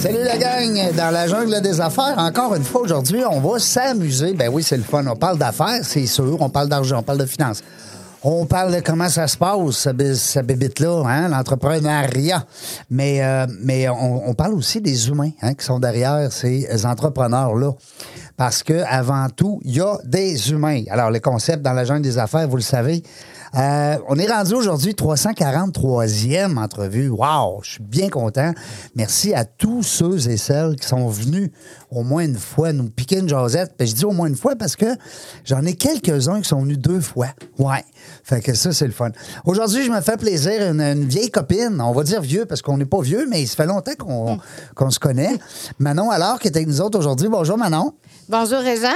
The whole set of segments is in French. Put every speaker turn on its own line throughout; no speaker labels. Salut la gang dans la jungle des affaires. Encore une fois aujourd'hui, on va s'amuser. Ben oui, c'est le fun. On parle d'affaires, c'est sûr. On parle d'argent, on parle de finances. On parle de comment ça se passe, ce bé- cette bébite-là, hein, l'entrepreneuriat. Mais, euh, mais on, on parle aussi des humains hein, qui sont derrière ces entrepreneurs-là. Parce que avant tout, il y a des humains. Alors, le concept dans la jungle des affaires, vous le savez, euh, on est rendu aujourd'hui 343e entrevue. Wow, je suis bien content. Merci à tous ceux et celles qui sont venus au moins une fois nous piquer une jasette. Puis je dis au moins une fois parce que j'en ai quelques-uns qui sont venus deux fois. Ouais. Fait que ça, c'est le fun. Aujourd'hui, je me fais plaisir. Une, une vieille copine, on va dire vieux parce qu'on n'est pas vieux, mais il se fait longtemps qu'on qu'on se connaît. Manon, alors, qui est avec nous autres aujourd'hui. Bonjour, Manon.
Bonjour Réjean.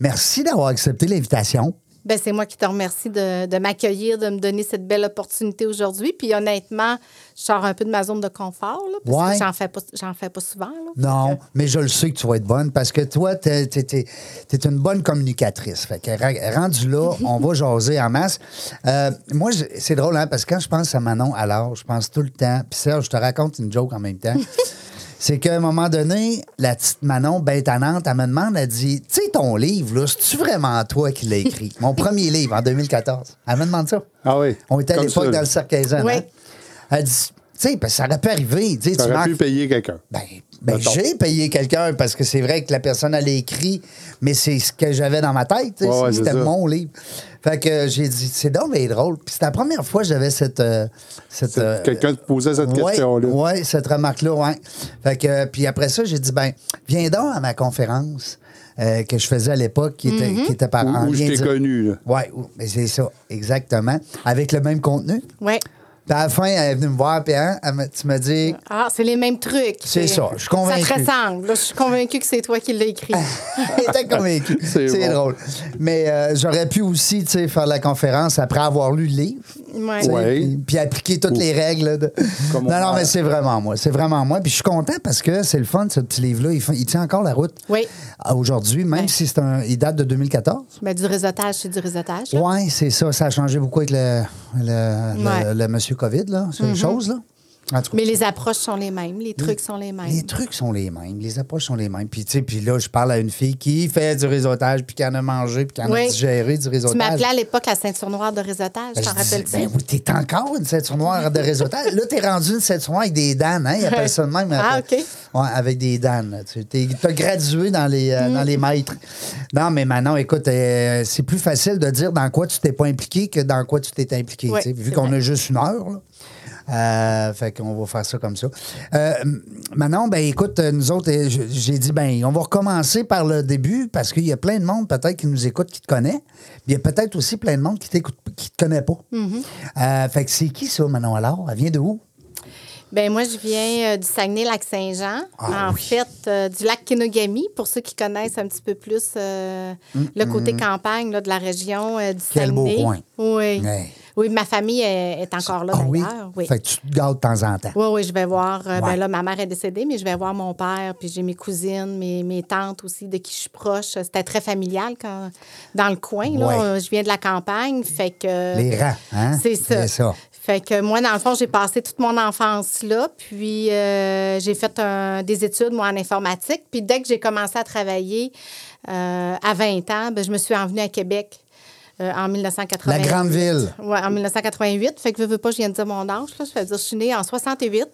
Merci d'avoir accepté l'invitation.
Ben, c'est moi qui te remercie de, de m'accueillir, de me donner cette belle opportunité aujourd'hui. Puis honnêtement, je sors un peu de ma zone de confort, là, parce
Ouais.
que j'en fais pas, j'en fais pas souvent. là.
Non, mais je le sais que tu vas être bonne parce que toi, tu es, une bonne communicatrice. Fait que ra- rendu là, on va jaser en masse. Euh, moi, je- c'est drôle, hein, parce que quand je pense à Manon alors, je pense tout le temps. Puis Serge, je te raconte une joke en même temps. c'est qu'à un moment donné, la petite Manon, ben tannante, elle me demande, elle dit Tu sais, ton livre, là, c'est-tu vraiment toi qui l'as écrit Mon premier livre en 2014. Elle me demande ça.
Ah oui.
On était à
Comme
l'époque
ça,
dans
là.
le Circaisienne.
Oui.
hein. Elle dit Tu sais, parce que ça aurait pu arriver. tu sais,
Ça
tu
aurait pu
manques-
payer quelqu'un.
ben, ben,
Mettons.
j'ai payé quelqu'un parce que c'est vrai que la personne elle écrit, mais c'est ce que j'avais dans ma tête. tu sais,
Ouais, ouais,
C'était
c'est ça.
mon livre. Fait que euh, j'ai dit, c'est donc mais drôle. Puis c'était la première fois que j'avais cette. euh, cette euh,
Quelqu'un te posait cette
ouais,
question-là.
ouais, cette remarque-là, ouais. Fait que, euh, puis après ça, j'ai dit, ben, viens donc à ma conférence euh, que je faisais à l'époque, qui était, qui était par
Où-
en
où je
lien
t'ai
direct.
connu, là.
Ouais, où- mais c'est ça, exactement. Avec le même contenu.
Ouais.
Puis à la fin, elle est venue me voir, puis hein, elle me- tu m'as dit,
Ah, c'est les mêmes trucs.
C'est ça, je suis convaincu. Ah.
Ça te ressemble. là. je suis convaincue que c'est toi qui l'as écrit.
Elle était convaincue.
C'est
C'est
bon.
drôle. Mais euh, j'aurais pu aussi tu sais, faire la conférence après avoir lu le livre.
Ouais.
tu sais,
Ouais.
Puis, puis appliquer toutes les règles. de- non,
Comme on
non,
parle.
mais c'est vraiment moi. C'est vraiment moi. Puis je suis content parce que c'est le fun, ce petit livre-là. Il, fait- il tient encore la route.
Oui.
À Aujourd'hui, même
Ouais.
si c'est un, il date de 2014.
Ben, du réseautage, c'est du réseautage. là.
Oui, c'est ça. Ça a changé beaucoup avec le, le, le-
Ouais. Mm-hmm.
le monsieur COVID, là. C'est une chose, là. En tout cas,
Mais les approches sont les mêmes, les trucs sont les mêmes.
les trucs sont les mêmes, les approches sont les mêmes. Puis, tu sais, puis là, je parle à une fille qui fait du réseautage, puis qui en a mangé, puis qui en a
Oui.
digéré du
Tu
réseautage.
m'appelais à l'époque la ceinture noire de réseautage,
Ben,
t'en
je disais,
rappelles-tu?
ben oui, t'es encore une ceinture noire de réseautage. Là, t'es rendu une ceinture noire avec des dames, hein? Il appelle ça de même.
Ah,
Après-
OK.
Ouais, avec des dames. Tu t'es- t'as gradué dans les, euh, dans les maîtres. Non, mais Manon, écoute, euh, c'est plus facile de dire dans quoi tu t'es pas impliqué que dans quoi tu t'es impliqué,
Ouais,
tu sais, vu
c'est
qu'on
vrai.
a juste une heure. là. Euh, fait qu'on va faire ça comme ça. Euh, Manon, ben écoute, euh, nous autres, euh, j- j'ai dit, ben, on va recommencer par le début parce qu'il y a plein de monde peut-être qui nous écoute, qui te connaît. Il y a peut-être aussi plein de monde qui t'écoute, qui te connaît pas.
Mm-hmm.
Euh, fait que c'est qui ça, Manon alors? Elle vient de où?
Ben moi, je viens euh, du Saguenay-Lac-Saint-Jean.
Ah
en
oui.
fait, euh, du lac Kenogami, pour ceux qui connaissent un petit peu plus euh, le côté campagne là, de la région euh, du
Quel beau
Saguenay.
coin.
Oui.
Ouais.
Oui, ma famille est, est encore là,
Ah oui?
d'ailleurs. Oui.
Fait que tu te gardes de temps en temps.
Oui, oui, je vais voir. euh,
Ouais.
Ben là, ma mère est décédée, mais je vais voir mon père, puis j'ai mes cousines, mes, mes tantes aussi, de qui je suis proche. C'était très familial quand, dans le coin. Là,
Ouais.
Euh, Je viens de la campagne, fait que...
Les rangs, hein?
Euh, C'est ça.
C'est ça.
Fait que moi, dans le fond, j'ai passé toute mon enfance là, puis euh, j'ai fait un- des études, moi, en informatique. Puis dès que j'ai commencé à travailler euh, à 20 ans, ben, je me suis envenue à Québec euh, en 1988.
La grande ville.
Oui, en 1988. Fait que veux, veux pas, je viens de dire mon âge. Là. Je veux dire, je suis née en 68.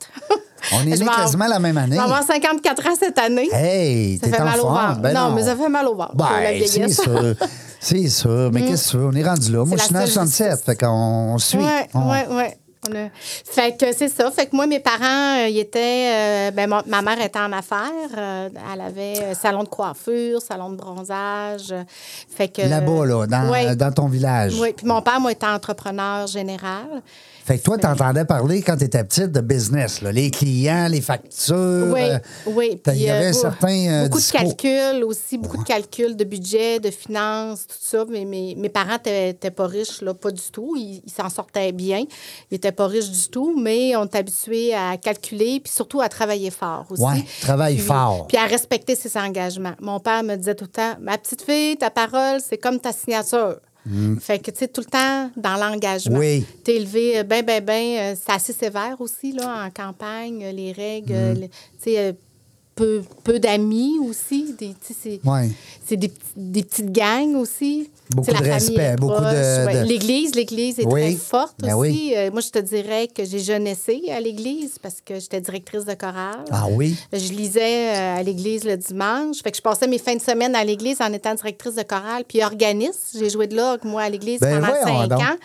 On est
Je
nés
vais
quasiment
avoir-
la même année.
Je vais avoir 54 ans cette année.
Hey,
Ça
t'es
fait
en
mal au
forme.
ventre.
Ben
Non, mais ça fait mal au ventre,
Ben,
la vieillesse. Mm.
c'est sûr. C'est sûr. Mais qu'est-ce que tu veux? On est rendu là. Moi,
C'est
je suis né
la
en
seule
67.
justice.
Fait qu'on on suit.
Oui,
On-
oui, oui. On a- Fait que c'est ça. Fait que moi, mes parents, euh, ils étaient. euh, ben, mon- ma mère était en affaires. euh, elle avait euh, salon de coiffure, salon de bronzage. euh, Fait que.
Là-bas, là, dans,
Oui.
dans ton village.
Oui. Puis mon père, moi, était entrepreneur général.
Fait que toi, t'entendais parler quand t'étais petite de business, là, les clients, les factures.
Oui,
euh,
oui.
t'as- Il y
puis, euh,
avait
beau-
certains. euh,
Beaucoup
discours.
de calculs aussi, beaucoup de calculs de budget, de finances, tout ça. Mais mes, mes parents n'étaient pas riches, là, pas du tout. Ils ils s'en sortaient bien. Ils n'étaient pas riches du tout, mais on est habitué à calculer, puis surtout à travailler fort aussi.
Ouais, travaille
Puis-
fort.
Puis à respecter ses engagements. Mon père me disait tout le temps Ma petite fille, ta parole, c'est comme ta signature. Fait que, tu sais, tout le temps dans l'engagement.
Mm. Oui.
T'es élevé euh, ben, ben, ben. euh, C'est assez sévère aussi, là, en campagne, euh, les règles. euh,
Mm-hmm.
le- tu sais, euh, peu, peu d'amis aussi. Des, tu sais, c'est
Ouais.
c'est des, petits- des petites gangs aussi.
Beaucoup
Tu sais,
de
famille est
respect, beaucoup de-
ouais.
de-
L'Église, l'Église est
Oui.
très forte
Ben
aussi.
oui.
Euh, moi, je te dirais que j'ai jeunessé à l'Église parce que j'étais directrice de chorale.
Ah oui?
Je lisais euh, à l'église le dimanche. Fait que je passais mes fins de semaine à l'église en étant directrice de chorale puis organiste. J'ai joué de l'orgue, moi, à l'église
Ben,
pendant
voyons
cinq
donc.
ans.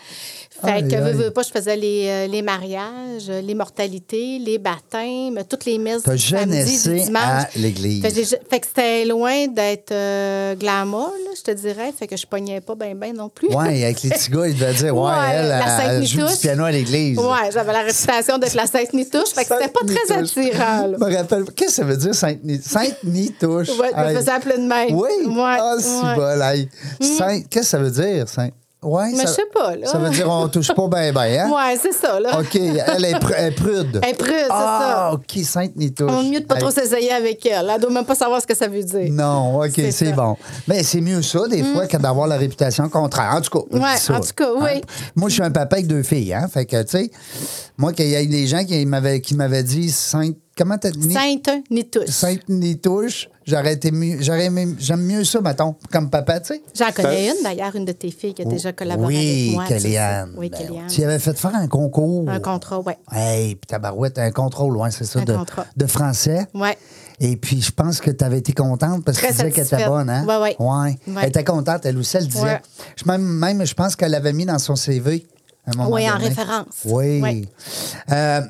Fait
Aïe,
que,
aïe.
veux, veux pas, je faisais les, euh, les mariages, euh, les mortalités, les baptêmes, toutes les messes
T'as
du samedi,
jeunessé
du dimanche.
à l'église.
Fait que j'ai- fait que c'était loin d'être euh, glamour, là, je te dirais. Fait que je pognais pas ben ben non plus.
Ouais, avec les petits gars, ils devaient dire, ouais,
Ouais,
elle,
la
elle,
Sainte
elle joue du
Nitouche.
piano à l'église.
Ouais, j'avais la réputation d'être la sainte nitouche, fait que c'était pas très attirant. là.
Je me rappelle, qu'est-ce que ça veut dire, Sainte-Nitouche? Sainte-Nitouche.
Ouais, je me faisais appeler de même.
Oui?
Ouais,
ah, si
ouais. Mhm.
bol, aïe. Sainte- Qu'est-ce que ça veut dire, Sainte? Ouais,
Mais
ça-
je sais pas, là.
Ça veut dire, on touche pas ben ben, hein?
Ouais, c'est ça, là.
OK, elle est, pr- elle est prude.
Elle est prude, c'est
ah,
ça.
OK, Sainte-Nitouche.
On mieux de pas
Aïe.
trop s'essayer avec elle. Elle doit même pas savoir ce que ça veut dire.
Non, OK,
C'est
c'est
ça. Mhm.
bon. Mais c'est mieux ça, des fois, que d'avoir la réputation contraire. En tout cas, je
Ouais,
dis ça, hein.
en tout cas, oui.
Moi, je suis un papa avec deux filles, hein. Fait que, tu sais, moi, qu'il y a eu des gens qui m'avaient, qui m'avaient dit Sainte. Comment t'as dit
Sainte Nitouche.
Sainte Nitouche, j'aurais été mieux. J'aurais aimé- j'aime mieux ça, mettons, comme papa, tu sais.
J'en connais une, d'ailleurs, une de tes filles qui a déjà collaboré
oui,
avec moi. tu sais.
Kellyanne.
Oui,
Ben,
Kellyanne.
Tu y avais fait faire un concours.
Un contrat, oui.
Hey, puis tabarouette, un contrôle, ouais, c'est ça,
Un
de,
contrat.
de français.
Ouais.
Et puis, je pense que tu avais été contente parce que tu
Très
disais qu'elle était
satisfaite.
bonne, hein?
Ouais, ouais.
Ouais.
Ouais.
Elle était contente, elle aussi, elle disait.
Ouais.
Je- même, même, je pense qu'elle l'avait mis dans son CV à un moment
Oui, en
donné.
référence.
Oui.
Ouais.
Euh,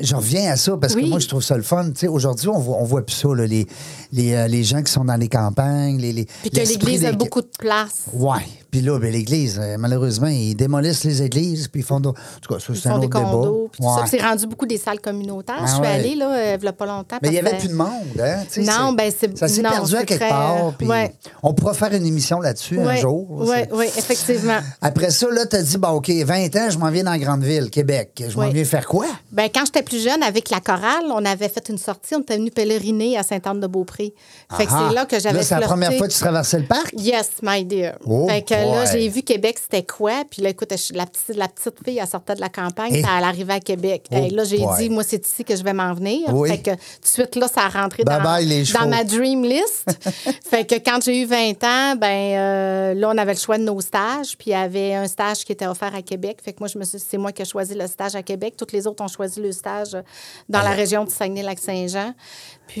je reviens à ça parce que
Oui.
moi, je trouve ça le fun. Tu sais, Aujourd'hui, on voit, on voit plus ça, là, les, les, euh, les gens qui sont dans les campagnes. Les, les,
Puis que
l'esprit
l'Église a
des-
beaucoup de place.
oui. Puis là, ben, l'Église, euh, malheureusement, ils démolissent les églises, puis ils font. de- En tout cas, ça,
Ils
c'est un
font
autre
des condos.
débat.
Puis tout ça,
Ouais.
puis c'est rendu beaucoup des salles communautaires.
Ah
je suis
ouais.
allée, là, euh, il y a pas longtemps.
Mais il n'y
parce
avait
que-
plus de monde, hein? tu sais,
Non,
c'est-
ben, c'est-
Ça s'est
non,
perdu à
c'est
quelque
très, euh,
part. puis
ouais.
On pourra faire une émission là-dessus un
Ouais,
jour. là,
Oui,
c'est-
oui, effectivement.
Après ça, là, t'as dit, bon, OK, 20 ans, je m'en viens dans la grande ville, Québec. Je m'en
Ouais.
viens faire quoi?
Ben, quand j'étais plus jeune, avec la chorale, on avait fait une sortie. On était venu pèleriner à Sainte-Anne-de-Beaupré. Fait que
Ah,
c'est là que j'avais
Là, c'est la
flirté.
première fois que tu traversais le parc?
Yes, my dear.
Oh
fait que là,
boy.
j'ai vu Québec, c'était quoi. Puis là, écoute, je- la petite, la petite fille, elle sortait de la campagne,
Eh.
puis elle arrivait à Québec.
Oh
Hey, là, j'ai
boy.
dit, moi, c'est ici que je vais m'en venir.
Oui.
Fait que tout de suite, là, ça a rentré
Bye
dans,
bye, les chevaux.
dans ma dream list. fait que quand j'ai eu 20 ans, ben euh, là, on avait le choix de nos stages. Puis il y avait un stage qui était offert à Québec. Fait que moi, je me suis c'est moi qui ai choisi le stage à Québec. Toutes les autres ont choisi le stage euh, dans la région de Saguenay-Lac-Saint-Jean. Puis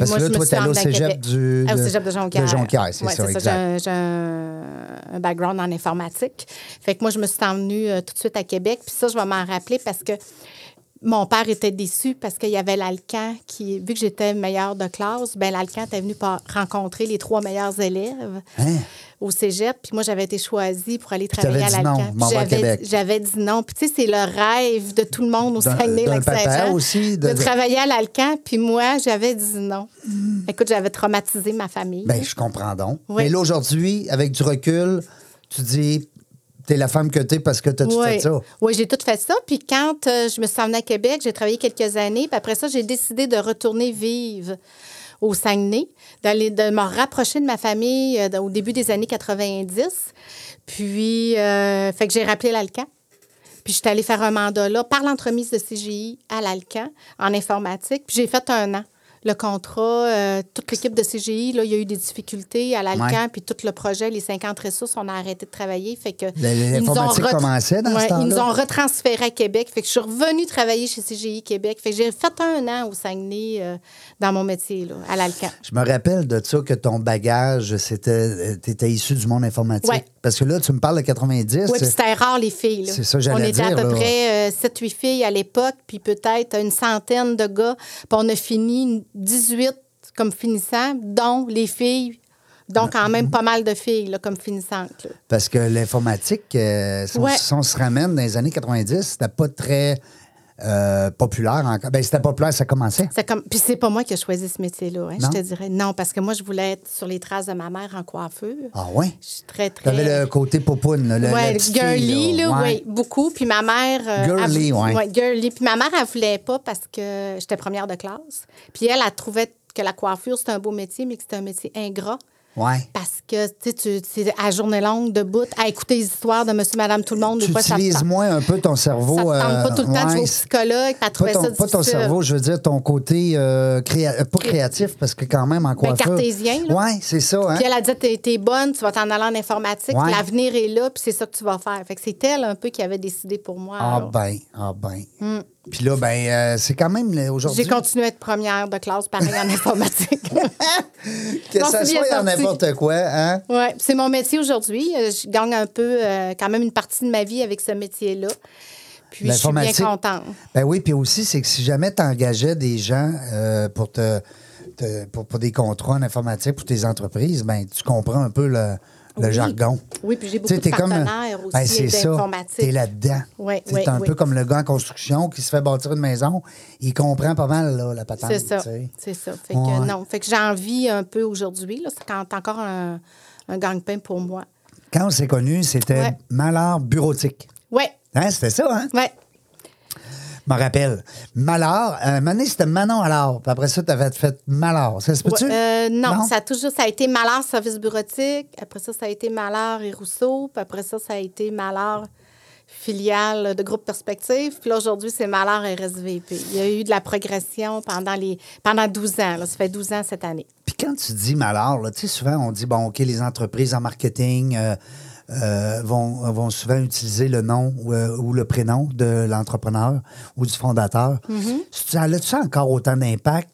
Euh, Parce
moi,
que là,
je me
toi,
suis
t'es allé au
emmenée à
cégep
Québec.
du-
Ah, au
de-
cégep de
de
Jonquière.
Jonquière, c'est
Ouais,
ça,
c'est
exact.
J'ai un- Euh, j'ai un, un background en informatique. Fait que moi, je me suis emmenée euh, tout de suite à Québec. Puis ça, je vais m'en rappeler parce que mon père était déçu parce qu'il y avait l'Alcan qui, vu que j'étais meilleure de classe, ben l'Alcan était venu par- rencontrer les trois meilleurs élèves
Hein?
au cégep. Puis moi, j'avais été choisie pour aller
t'avais
travailler à
dit non,
l'Alcan.
m'en vais à
J'avais-
Québec.
J'avais dit non. Puis tu sais, c'est le rêve de tout le monde au
D'un- d'un papa
Saguenay-Lac-Saint-Jean
aussi, de-
de travailler à l'Alcan. Puis moi, j'avais dit non. Écoute, j'avais traumatisé ma famille.
Ben, je comprends donc.
Oui.
Mais là, aujourd'hui, avec du recul, tu dis, t'es la femme que t'es parce que t'as tout fait ça.
Oui, j'ai tout fait ça. Puis quand euh, je me suis emmenée à Québec, j'ai travaillé quelques années. Puis après ça, j'ai décidé de retourner vivre au Saguenay, d'aller de me rapprocher de ma famille euh, au début des années 90. Puis, euh, fait que j'ai rappelé l'Alcan. Puis, je suis allée faire un mandat là par l'entremise de CGI à l'Alcan en informatique. Puis, j'ai fait un an. le contrat, euh, toute l'équipe de CGI, là, il y a eu des difficultés à l'Alcan,
Ouais.
puis tout le projet, les 50 ressources, on a arrêté de travailler. Fait que
Le-
ils nous ont
l'informatique
ret-
commençait dans ce temps-là.
Ils nous ont retransféré à Québec. Fait que je suis revenue travailler chez CGI Québec. Fait que j'ai fait un an au Saguenay euh, dans mon métier, là, à l'Alcan.
Je me rappelle de ça que ton bagage, c'était, euh, t'étais issu du monde informatique.
Ouais.
Parce que là, tu me parles de euh, 90.
Oui, puis c'était rare, les filles. là.
C'est ça que j'allais
On était à
dire,
peu
là.
près 7-8 filles à l'époque, puis peut-être une centaine de gars. Puis on a fini 18 comme finissants, dont les filles, donc quand même pas mal de filles là, comme finissantes. là.
Parce que l'informatique, euh, si, on-
Ouais.
si on se ramène dans les années 90, c'était pas très euh, populaire encore. Ben, c'était populaire, ça commençait.
C'est comme... Puis c'est pas moi qui ai choisi ce métier-là, hein, je
Non?
te dirais. Non, parce que moi, je voulais être sur les traces de ma mère en coiffure.
Ah ouais?
Je suis très, très...
T'avais le côté popoune, là, le, la
Oui,
petite
girly,
fille,
là,
Ouais.
oui, beaucoup. Puis ma mère. euh,
Girly,
elle vou-
ouais.
girly. Puis ma mère, elle voulait pas parce que j'étais première de classe. Puis elle, elle trouvait que la coiffure, c'était un beau métier, mais que c'était un métier ingrat.
Ouais.
Parce que, tu sais, tu- c'est à journée longue, debout, à écouter les histoires de monsieur, madame, tout le monde.
Tu
des fois, ça te
utilises
tente-
moins un peu ton cerveau.
Ça te
euh,
tente pas tout le temps de
ouais,
jouer au
c'est-
psychologue.
Pas
Pas
ton,
ça
pas ton
difficile.
cerveau, je veux dire ton côté euh, créa- euh, pas créatif, parce que quand même en coiffure...
ben, cartésien, là.
Oui, c'est ça. Hein?
Puis elle a dit, t'es, t'es bonne, tu vas t'en aller en informatique,
Ouais.
l'avenir est là, puis c'est ça que tu vas faire. Fait que c'est elle un peu qui avait décidé pour moi.
Ah
alors.
ben, ah ben. Puis là, ben, euh, c'est quand même là, aujourd'hui
Hmm. J'ai continué à être première de classe, pareil, en informatique.
que
m'en
ça
suis bien
soit en
sortie.
n'importe quoi, hein?
Oui, c'est mon métier aujourd'hui. Euh, Je gagne un peu, euh, quand même, une partie de ma vie avec ce métier-là. Puis je suis bien
L'informatique.
contente.
Ben oui, puis aussi, c'est que si jamais tu engageais des gens euh, pour te, te- pour, pour des contrats en informatique pour tes entreprises, ben tu comprends un peu le, le
Oui.
jargon.
Oui, puis j'ai
Tu
beaucoup
sais,
de
t'es comme-
partenaires
Ben,
aussi
c'est ça.
d'informatique.
T'es là-dedans.
Oui,
Tu sais,
oui,
t'es un
oui.
peu comme le gars en construction qui se fait bâtir une maison. Il comprend pas mal là, la patente.
C'est ça.
tu sais.
C'est ça. Fait
Ouais.
que non. Fait que j'ai envie un peu aujourd'hui. là. C'est quand- encore un, un gagne-pain pour moi.
Quand on s'est connus, c'était
Ouais.
malheur bureautique.
Oui,
Hein, c'était ça, hein?
oui.
Je me rappelle. Malard. Euh, un moment donné, c'était Manon Allard. Puis après ça, tu avais fait Malard. Ça se peut-tu?
euh, non, ça a toujours ça a été Malheur Service bureautique. Après ça, ça a été Malheur et Rousseau. Puis après ça, ça a été Malheur filiale de groupe Perspective. Puis là, aujourd'hui, c'est Malheur RSVP. Il y a eu de la progression pendant, les, pendant 12 ans. là. Ça fait 12 ans cette année.
Puis quand tu dis Malard, là, tu sais, souvent, on dit, bon, OK, les entreprises en marketing euh, euh, vont, vont souvent utiliser le nom ou, euh, ou le prénom de l'entrepreneur ou du fondateur.
Mhm.
Ça a-tu encore autant d'impact?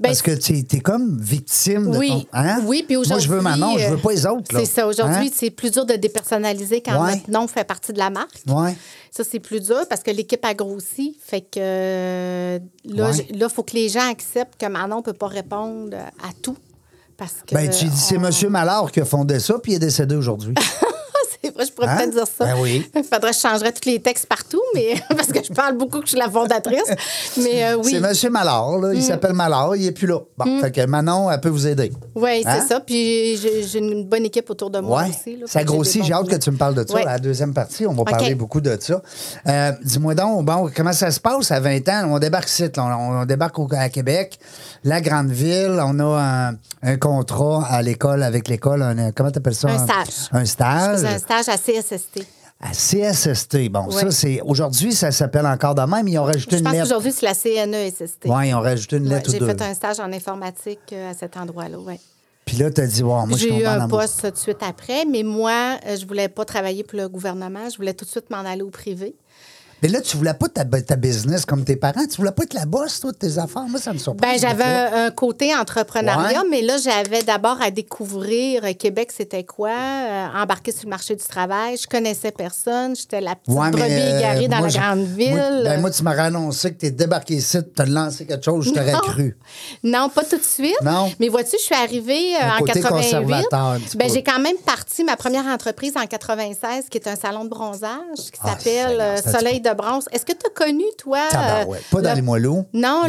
Ben,
Parce que tu es comme victime de
Oui,
ton- hein?
oui, puis
Moi,
aujourd'hui. euh,
je veux Manon, je veux pas les autres. là.
C'est ça. Aujourd'hui,
Hein?
c'est plus dur de dépersonnaliser quand
Ouais.
notre nom fait partie de la marque.
Ouais.
Ça, c'est plus dur parce que l'équipe a grossi. Fait que euh, là,
Ouais.
j- là, il faut que les gens acceptent que Manon ne peut pas répondre à tout. Parce que. Ah,
Ben, tu dis, c'est
on-
M. Malard qui a fondé ça, puis il est décédé aujourd'hui.
Ah, c'est vrai, je pourrais
Hein?
peut-être dire ça.
Ben oui.
Il faudrait que je changerais tous les textes partout, mais parce que je parle beaucoup que je suis la fondatrice. mais euh, oui. Mm.
C'est M. Malard, là. Il s'appelle Malard, il n'est plus là. Bon, fait que Manon, elle peut vous aider.
Oui, c'est
Hein?
ça. Puis j'ai j'ai une bonne équipe autour de moi
Ouais.
aussi. là. Fait
ça
que j'ai des
grossit.
bons
J'ai hâte que
clients.
tu me parles de ça.
Ouais.
La deuxième partie, on va
OK.
parler beaucoup de ça. Euh, Dis-moi donc, bon, comment ça se passe à 20 ans? On débarque ici, là. on, on débarque au, à Québec, la grande ville. On a un, un contrat à l'école avec l'école. un- comment tu appelles ça?
Un stage.
Un stage.
J'ai un stage à CSST.
À CSST. Bon,
Ouais.
ça, c'est. Aujourd'hui, ça s'appelle encore de même. Ils ont rajouté
Je
une
pense
lettre.
qu'aujourd'hui, c'est la E CNESST.
Oui, ils ont rajouté une
Ouais,
lettre
j'ai
ou deux.
fait un stage en informatique euh, à cet endroit-là. Ouais.
Puis là, tu as dit, wow, moi, je suis
J'ai eu
tombé en
un
amour.
poste tout de suite après, mais moi, euh, je voulais pas travailler pour le gouvernement. Je voulais tout de suite m'en aller au privé.
Mais là, tu voulais pas ta, ta business comme tes parents. Tu voulais pas être la bosse, toi, de tes affaires. Moi, ça me surprend.
Ben, j'avais un, un côté entrepreneuriat,
Ouais.
mais là, j'avais d'abord à découvrir euh, Québec, c'était quoi, euh, embarquer sur le marché du travail. Je connaissais personne. J'étais la petite
Ouais, mais,
brebis
euh,
égarée dans
moi,
la
je-
grande ville.
Moi, ben, moi, tu m'aurais annoncé que t'es débarqué ici, tu as lancé quelque chose, je t'aurais
Non.
cru.
Non, pas tout de suite.
Non.
Mais vois-tu, je suis arrivée euh,
Un
en
côté
88.
conservateur, un petit
Ben,
peu.
j'ai quand même parti ma première entreprise en 96, qui est un salon de bronzage qui
Ah,
s'appelle
Seigneur,
euh,
c'est un
Soleil de bronze. Est-ce que tu as connu, toi?
Tabarouette.
euh,
Pas dans
le-
les moelleux.
Non,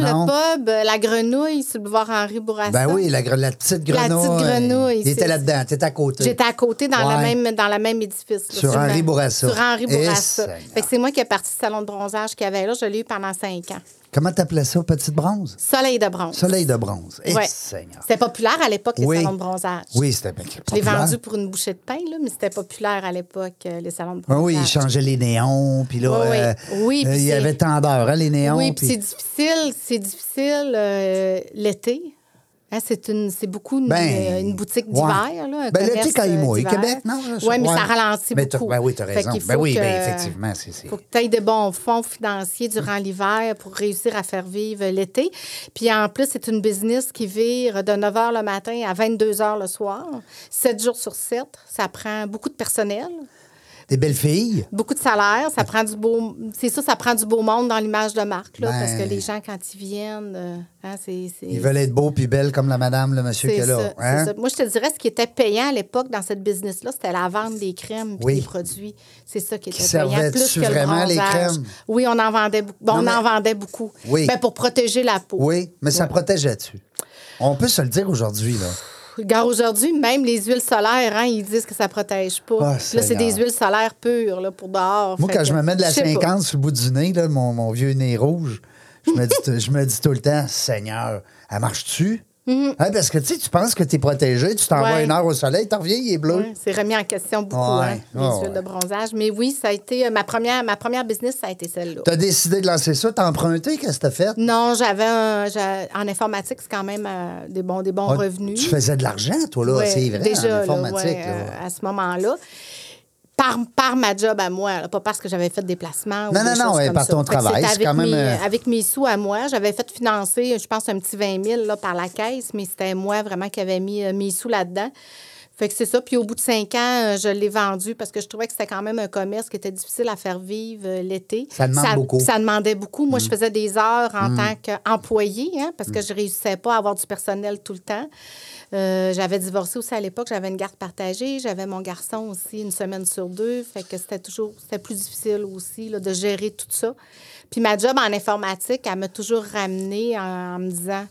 Non.
le pub, euh, la grenouille sur le boulevard Henri Bourassa.
Ben oui, la, gre- la petite
La
grenouille.
petite grenouille,
Il était
c'est-
là-dedans, t'étais à côté.
J'étais à côté dans, la
Ouais.
même, dans la même édifice. là,
Sur
le-
Henri Bourassa.
Sur Henri
Eh,
Bourassa.
Seigneur.
Fait que c'est moi qui ai parti du salon de bronzage qu'il y avait là. Je l'ai eu pendant cinq ans.
Comment t'appelais ça, Petite Bronze?
Soleil de bronze.
Soleil de bronze. Eh,
Ouais.
Seigneur.
C'était populaire à l'époque,
Oui.
les salons de bronzage.
Oui, c'était bien.
Je l'ai vendu pour une bouchée de pain, là, mais c'était populaire à l'époque, euh, les salons de
Oui,
bronzage.
Ah oui, ils changeaient les néons, puis là,
Oui, oui.
euh,
Oui,
euh,
puis
il y
c'est-
avait tendeur, hein, les néons.
Oui, puis
puis-
c'est difficile, c'est difficile euh, l'été. Hein, c'est une, c'est beaucoup une,
Ben,
euh, une boutique
ouais.
d'hiver. là, un
Ben,
commerce,
l'été, quand il
euh,
mouille.
d'hiver.
Québec, non?
Oui, mais
Ouais.
ça ralentit
Mais t'as-
beaucoup.
Ben oui, t'as
Fait
raison.
qu'il faut
Ben oui, ben
que-
effectivement, c'est... c'est-
faut que tu aies de bons fonds financiers durant l'hiver pour réussir à faire vivre l'été. Puis en plus, c'est une business qui vire de 9 h le matin à 22 h le soir, 7 jours sur 7. Ça prend beaucoup de personnel,
Des belles filles.
beaucoup de salaire. Ça prend du beau. C'est ça, ça prend du beau monde dans l'image de marque, là,
Ben-
parce que les gens, quand ils viennent, euh, hein, c'est. c'est-
Ils veulent être beaux puis belles comme la madame, le monsieur qui
c'est
est
ça,
là.
c'est
hein?
ça. Moi, je te dirais, ce qui était payant à l'époque dans cette business-là, c'était la vente des crèmes et
Oui.
des produits. C'est ça qui était
servaient-tu
payant. Plus que
vraiment,
le
les
bronzage.
crèmes?
Oui, on en vendait beaucoup. Bon,
Non,
on
mais-
en vendait beaucoup.
Oui.
Ben, pour protéger la peau.
Oui, mais ça protégeait-tu? On peut se le dire aujourd'hui, là.
Regarde, aujourd'hui, même les huiles solaires, hein, ils disent que ça protège pas. Puis là, c'est
Ah, Seigneur.
des huiles solaires pures là, pour dehors.
Moi,
Fait
quand
que,
je me mets de la
sais pas.
50 sur le bout du nez, là, mon, mon vieux nez rouge, je me dis, t- je me dis tout le temps, Seigneur, elle marche-tu? Hein, parce que tu sais, tu penses que tu es protégé, tu t'en
Mm-hmm. Ouais.
vas une heure au soleil, t'en reviens, il est bleu.
Ouais, Hein, c'est remis en question beaucoup,
Ouais.
hein, les
Ouais,
huiles
ouais.
de bronzage. Mais oui, ça a été euh, ma première, ma première business, ça a été celle-là.
T'as décidé de lancer ça, t'as emprunté, qu'est-ce que t'as fait?
Non, j'avais un- j'a- en informatique, c'est quand même euh, des bons, des bons
Ah,
revenus.
Tu faisais de l'argent, toi, là,
Ouais,
c'est vrai,
déjà,
en
là,
informatique.
ouais,
là.
euh, à ce moment-là. Par, par ma job à moi, là, pas parce que j'avais fait des placements. ou
Non,
des
non,
choses
non, ouais,
comme
par
ça.
ton
Fait que
travail,
c'était
c'est
avec
quand même,
mes-
euh,
Avec mes sous à moi, j'avais fait financer, je pense, un petit 20 000 là, par la caisse, mais c'était moi vraiment qui avait mis euh, mes sous là-dedans. Fait que c'est ça. Puis au bout de cinq ans, euh, je l'ai vendu parce que je trouvais que c'était quand même un commerce qui était difficile à faire vivre euh, l'été.
Ça demande beaucoup.
Ça demandait beaucoup. Moi, je faisais des heures en tant qu'employée hein, parce que je réussissais pas à avoir du personnel tout le temps. Euh, j'avais divorcé aussi à l'époque. J'avais une garde partagée. J'avais mon garçon aussi une semaine sur deux. Fait que c'était toujours c'était plus difficile aussi là, de gérer tout ça. Puis ma job en informatique, elle m'a toujours ramenée en, en me disant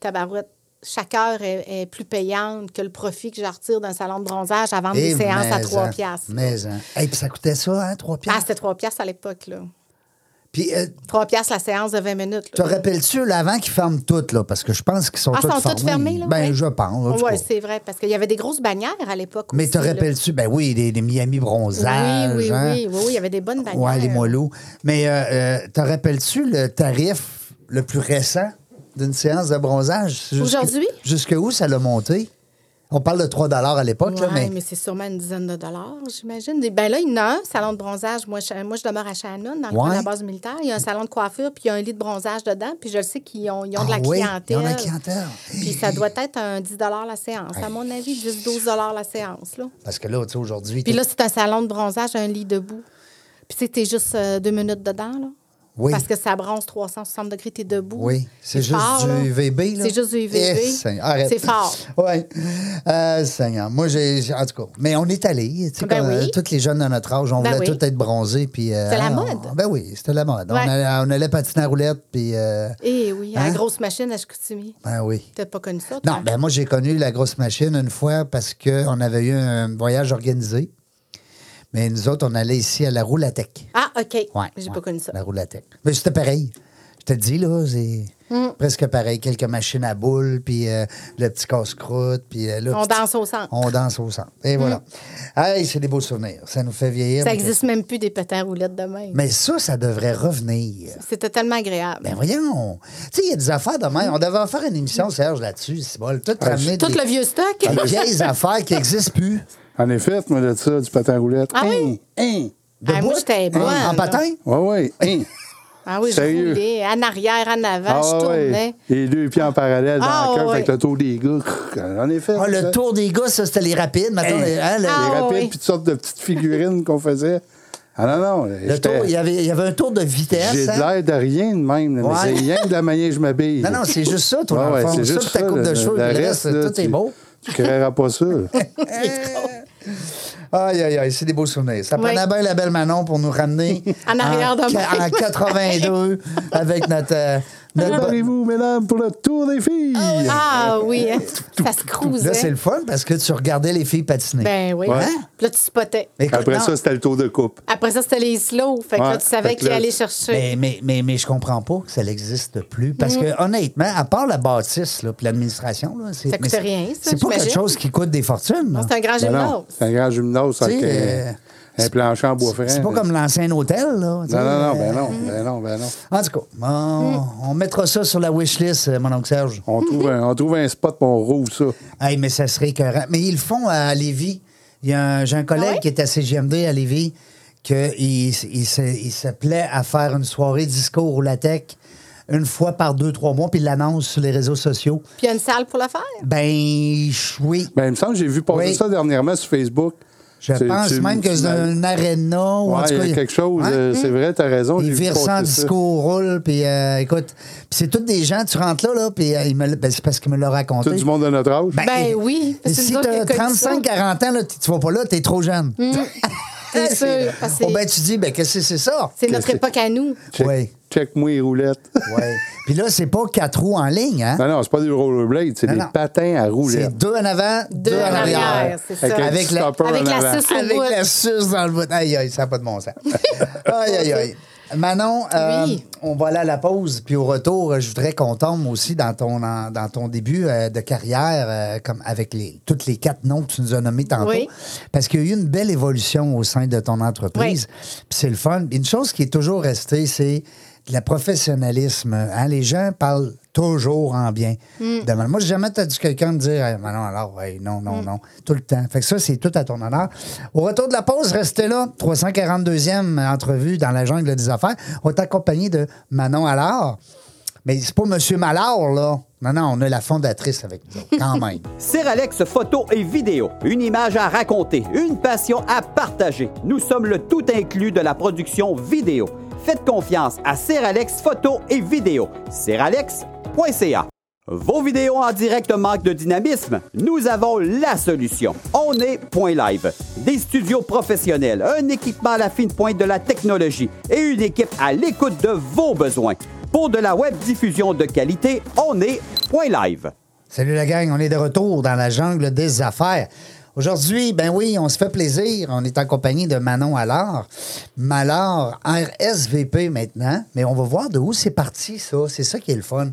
Tabarouette, chaque heure est, est plus payante que le profit que je retire d'un salon de bronzage à vendre
Et
des séances à
Eh, mais
3
en,
piastres.
Mais, en. Hey, puis ça coûtait ça, hein, 3
Ah,
piastres?
c'était 3 piastres à l'époque, là.
Puis, euh,
3 piastres la séance de 20 minutes.
te
là.
rappelles-tu, là, avant qu'ils ferment toutes, là, parce que je pense qu'ils sont
Ah,
toutes
sont toutes fermées, là?
Ben,
oui.
je pense. en tout
Oui,
cas.
c'est vrai, parce qu'il y avait des grosses bannières à l'époque.
Mais
aussi,
te
là.
rappelles-tu, ben oui, les, les Miami bronzage.
Oui, oui,
hein?
oui, oui, oui, il y avait des bonnes bannières.
Ouais, les moelleux. Mais euh, euh, te rappelles-tu le tarif le plus récent d'une séance de bronzage? Jusque-
Aujourd'hui?
Jusqu'où ça l'a monté? On parle de 3 à l'époque, là,
Ouais,
mais,
mais c'est sûrement une dizaine de dollars, j'imagine. Des- Ben là, il y en a un salon de bronzage. Moi, je, moi, je demeure à Shannon, dans le coin de
Ouais.
la base militaire. Il y a un salon de coiffure, puis il y a un lit de bronzage dedans. Puis je le sais qu'ils ont, ils ont de la
Ah oui, ils ont de
clientèle.
la clientèle.
Puis ça doit être un 10 la séance. À mon avis, 10-12 la séance. Là.
parce que là, tu sais, aujourd'hui. t'es-
Puis là, c'est un salon de bronzage, un lit debout. Puis tu sais, t'es juste euh, deux minutes dedans, là.
Oui.
Parce que ça bronze 360 degrés, t'es debout.
Oui, c'est juste
fort,
du
là.
UVB. là.
C'est juste du UVB.
Eh, Seigneur, arrête.
C'est fort.
Oui. Euh, Seigneur, moi, j'ai. j'ai- En tout cas, mais on est allés. Tu sais,
Ben
comme,
oui.
euh, Toutes les jeunes de notre âge, on
Ben
voulait
oui.
tous être bronzés. puis, euh,
C'était la
ah, on-
mode.
ben oui, c'était la mode.
Ouais.
On, allait, on allait patiner à roulette, puis. euh,
Eh oui,
Hein?
la grosse machine à Chicoutimi.
ben oui.
T'as pas connu ça, toi?
Non, ben moi, j'ai connu la grosse machine une fois parce qu'on avait eu un voyage organisé. Mais nous autres, on allait ici à la Roulatec.
Ah, OK.
Ouais,
J'ai
ouais, Ben,
pas connu ça.
La roulatec. Mais c'était pareil. Je te dis, là, c'est
Mm.
presque pareil. Quelques machines à boules, puis euh, le petit casse-croûte, puis euh, là,
On
petit-
danse au centre. Mm.
On danse au centre. Et voilà. Hey, c'est des beaux souvenirs. Ça nous fait vieillir.
Ça
mais-
n'existe même plus des patins à roulettes de même.
Mais ça, ça devrait revenir.
C'était tellement agréable.
Ben voyons. Tu sais, il y a des affaires de
Mm.
même. On devrait en faire une émission, Serge, là-dessus. C'est bon. Tout ramener
Tout
des, Ah, ben,
le vieux stock.
des vieilles affaires qui n'existent plus.
En effet, moi, de ça, du patin à roulette.
Ah oui?
Hein, hein.
De
Ah, moi,
bout.
j'étais bonne,
En
là.
patin?
Ouais, ouais. hein.
ah oui, je
Sérieux? Ah,
roulais en arrière, en avant, je
ouais, ouais.
tournais.
Les deux pieds en parallèle dans
Ah,
le cœur,
ouais.
fait que le tour des gars. crrr, En effet.
Ah, le
ça.
tour des gars, ça, c'était les rapides. Maintenant, les- hein, le-
Ah,
Les
ouais,
rapides,
ouais.
puis toutes sortes de petites figurines qu'on faisait. Ah non, non.
le
j'étais-
tour, il y, avait, il y avait un tour de vitesse.
J'ai de
hein.
l'air de rien de même, là, mais
Ouais.
c'est rien que de la manière que je m'habille.
Non, non, c'est juste ça, toi,
Ouais,
dans
ouais,
le fond.
c'est
Ça,
juste
puis ta coupe de
là,
cheveux,
le
le reste,
là,
tout est
tu-
beau.
Tu créeras pas ça. là.
Aïe, aïe, aïe, c'est des beaux souvenirs. Ça
Oui.
prenait bien la belle Manon pour nous ramener
En arrière de
en,
moi.
en 82 avec notre, euh,
Préparez-vous, mesdames, pour le tour des filles.
Ah oui, hein, ça se
Là, c'est
cruisait.
le fun parce que tu regardais les filles patiner. Hein?
Ben oui.
Ouais.
Puis là, tu spottais.
Écoute,
Après
non,
ça, c'était le tour de coupe.
Après ça, c'était les slow. Fait que
Ouais,
là, tu savais
fait que
qui
là,
allait chercher.
mais, mais, mais, mais je comprends pas que ça n'existe plus.
Mm.
Parce que honnêtement, à part la bâtisse là, puis l'administration, là, c'est,
Ça coûte
mais c'est-
rien, ça,
C'est pas quelque
j'imagine.
chose qui coûte des fortunes. là.
C'est un grand
Ben
gymnase.
non, c'est un grand gymnase
Tu
avec
sais,
euh,
euh,
un plancher en bois franc.
C'est pas comme l'ancien hôtel. Là, tu sais,
Non, non, non,
euh,
ben non, ben non, ben non.
En tout cas, on, on mettra ça sur la wishlist, euh, mon oncle Serge.
On trouve, un, on trouve un spot pour on rouvre ça.
Hey, mais ça serait écœurant. Mais ils le font à Lévis. Il y a un- J'ai un collègue
Ah ouais?
qui est à CGMD à Lévis, qu'il il, s- il se- il se plaît à faire une soirée discours au LaTeX une fois par deux, trois mois, puis il l'annonce sur les réseaux sociaux.
Puis il y a une salle pour le faire.
Ben, je- oui.
Ben, il me semble que j'ai vu passer
Oui.
ça dernièrement sur Facebook.
Je
Tu-
pense
tu-
même que
tu-
c'est un aréna ou en
Ouais,
tout
il
cas.
y a quelque chose,
Ouais.
euh, c'est vrai, t'as raison.
Ils
j'ai vu
virent ça en
passer ça.
disco, roule, puis euh, écoute, puis c'est tous des gens, tu rentres là, là puis euh, il me l'a- ben, c'est parce qu'il me l'a raconté.
Tout du monde de notre âge.
Ben oui, parce que
Si
nous autres,
t'as
on a connu
35-40 ans, là, tu tu vas pas là, t'es trop jeune.
C'est sûr. Mm, parce que
Oh, ben,
c'est-
tu dis, ben, qu'est-ce que c'est ça?
C'est notre
c'est-
époque à nous.
check,
ouais.
check-moi les roulettes.
Ouais. Puis là, c'est pas quatre roues en ligne, hein?
non, non, c'est pas des rollerblades, c'est
Non,
des
non.
patins à roulettes.
C'est deux en avant, deux,
Deux
en
en
arrière.
arrière, c'est ça.
un
Avec
petit
la-
stopper
avec
en
la
avant.
sauce- Sur le
Avec
bout.
la suce dans le bout. Aïe, aïe, ça n'a pas de bon sens. aïe, aïe, aïe. Manon, euh,
Oui.
on va aller à la pause. Puis au retour, euh, je voudrais qu'on tombe aussi dans ton, en- dans ton début euh, de carrière, euh, comme avec les, toutes les quatre noms que tu nous as nommés tantôt.
Oui.
Parce qu'il y a eu une belle évolution au sein de ton entreprise. Puis c'est le fun. Une chose qui est toujours restée, c'est le professionnalisme. hein. Les gens parlent toujours en bien. De Manon. Moi, j'ai jamais entendu quelqu'un me dire Hey, Manon, alors, hey, non, non, non. Tout le temps. Fait que ça, c'est tout à ton honneur. Au retour de la pause, restez là. 342e entrevue dans la jungle des affaires. On est accompagné de Manon Allard. Mais c'est pas Monsieur Malard, là. Non, non, on a la fondatrice avec nous, autres, quand même.
Alex photo et vidéo. Une image à raconter, une passion à partager. Nous sommes le tout inclus de la production vidéo. Faites confiance à Alex photo et vidéo. Seralex.ca. Vos vidéos en direct manquent de dynamisme? Nous avons la solution. On est Point Live. Des studios professionnels, un équipement à la fine pointe de la technologie et une équipe à l'écoute de vos besoins. Pour de la web diffusion de qualité, on est Point Live.
Salut la gang, on est de retour dans la jungle des affaires. Aujourd'hui, ben oui, on se fait plaisir. On est en compagnie de Manon Allard. Malard, RSVP maintenant. Mais on va voir de où c'est parti, ça. C'est ça qui est le fun.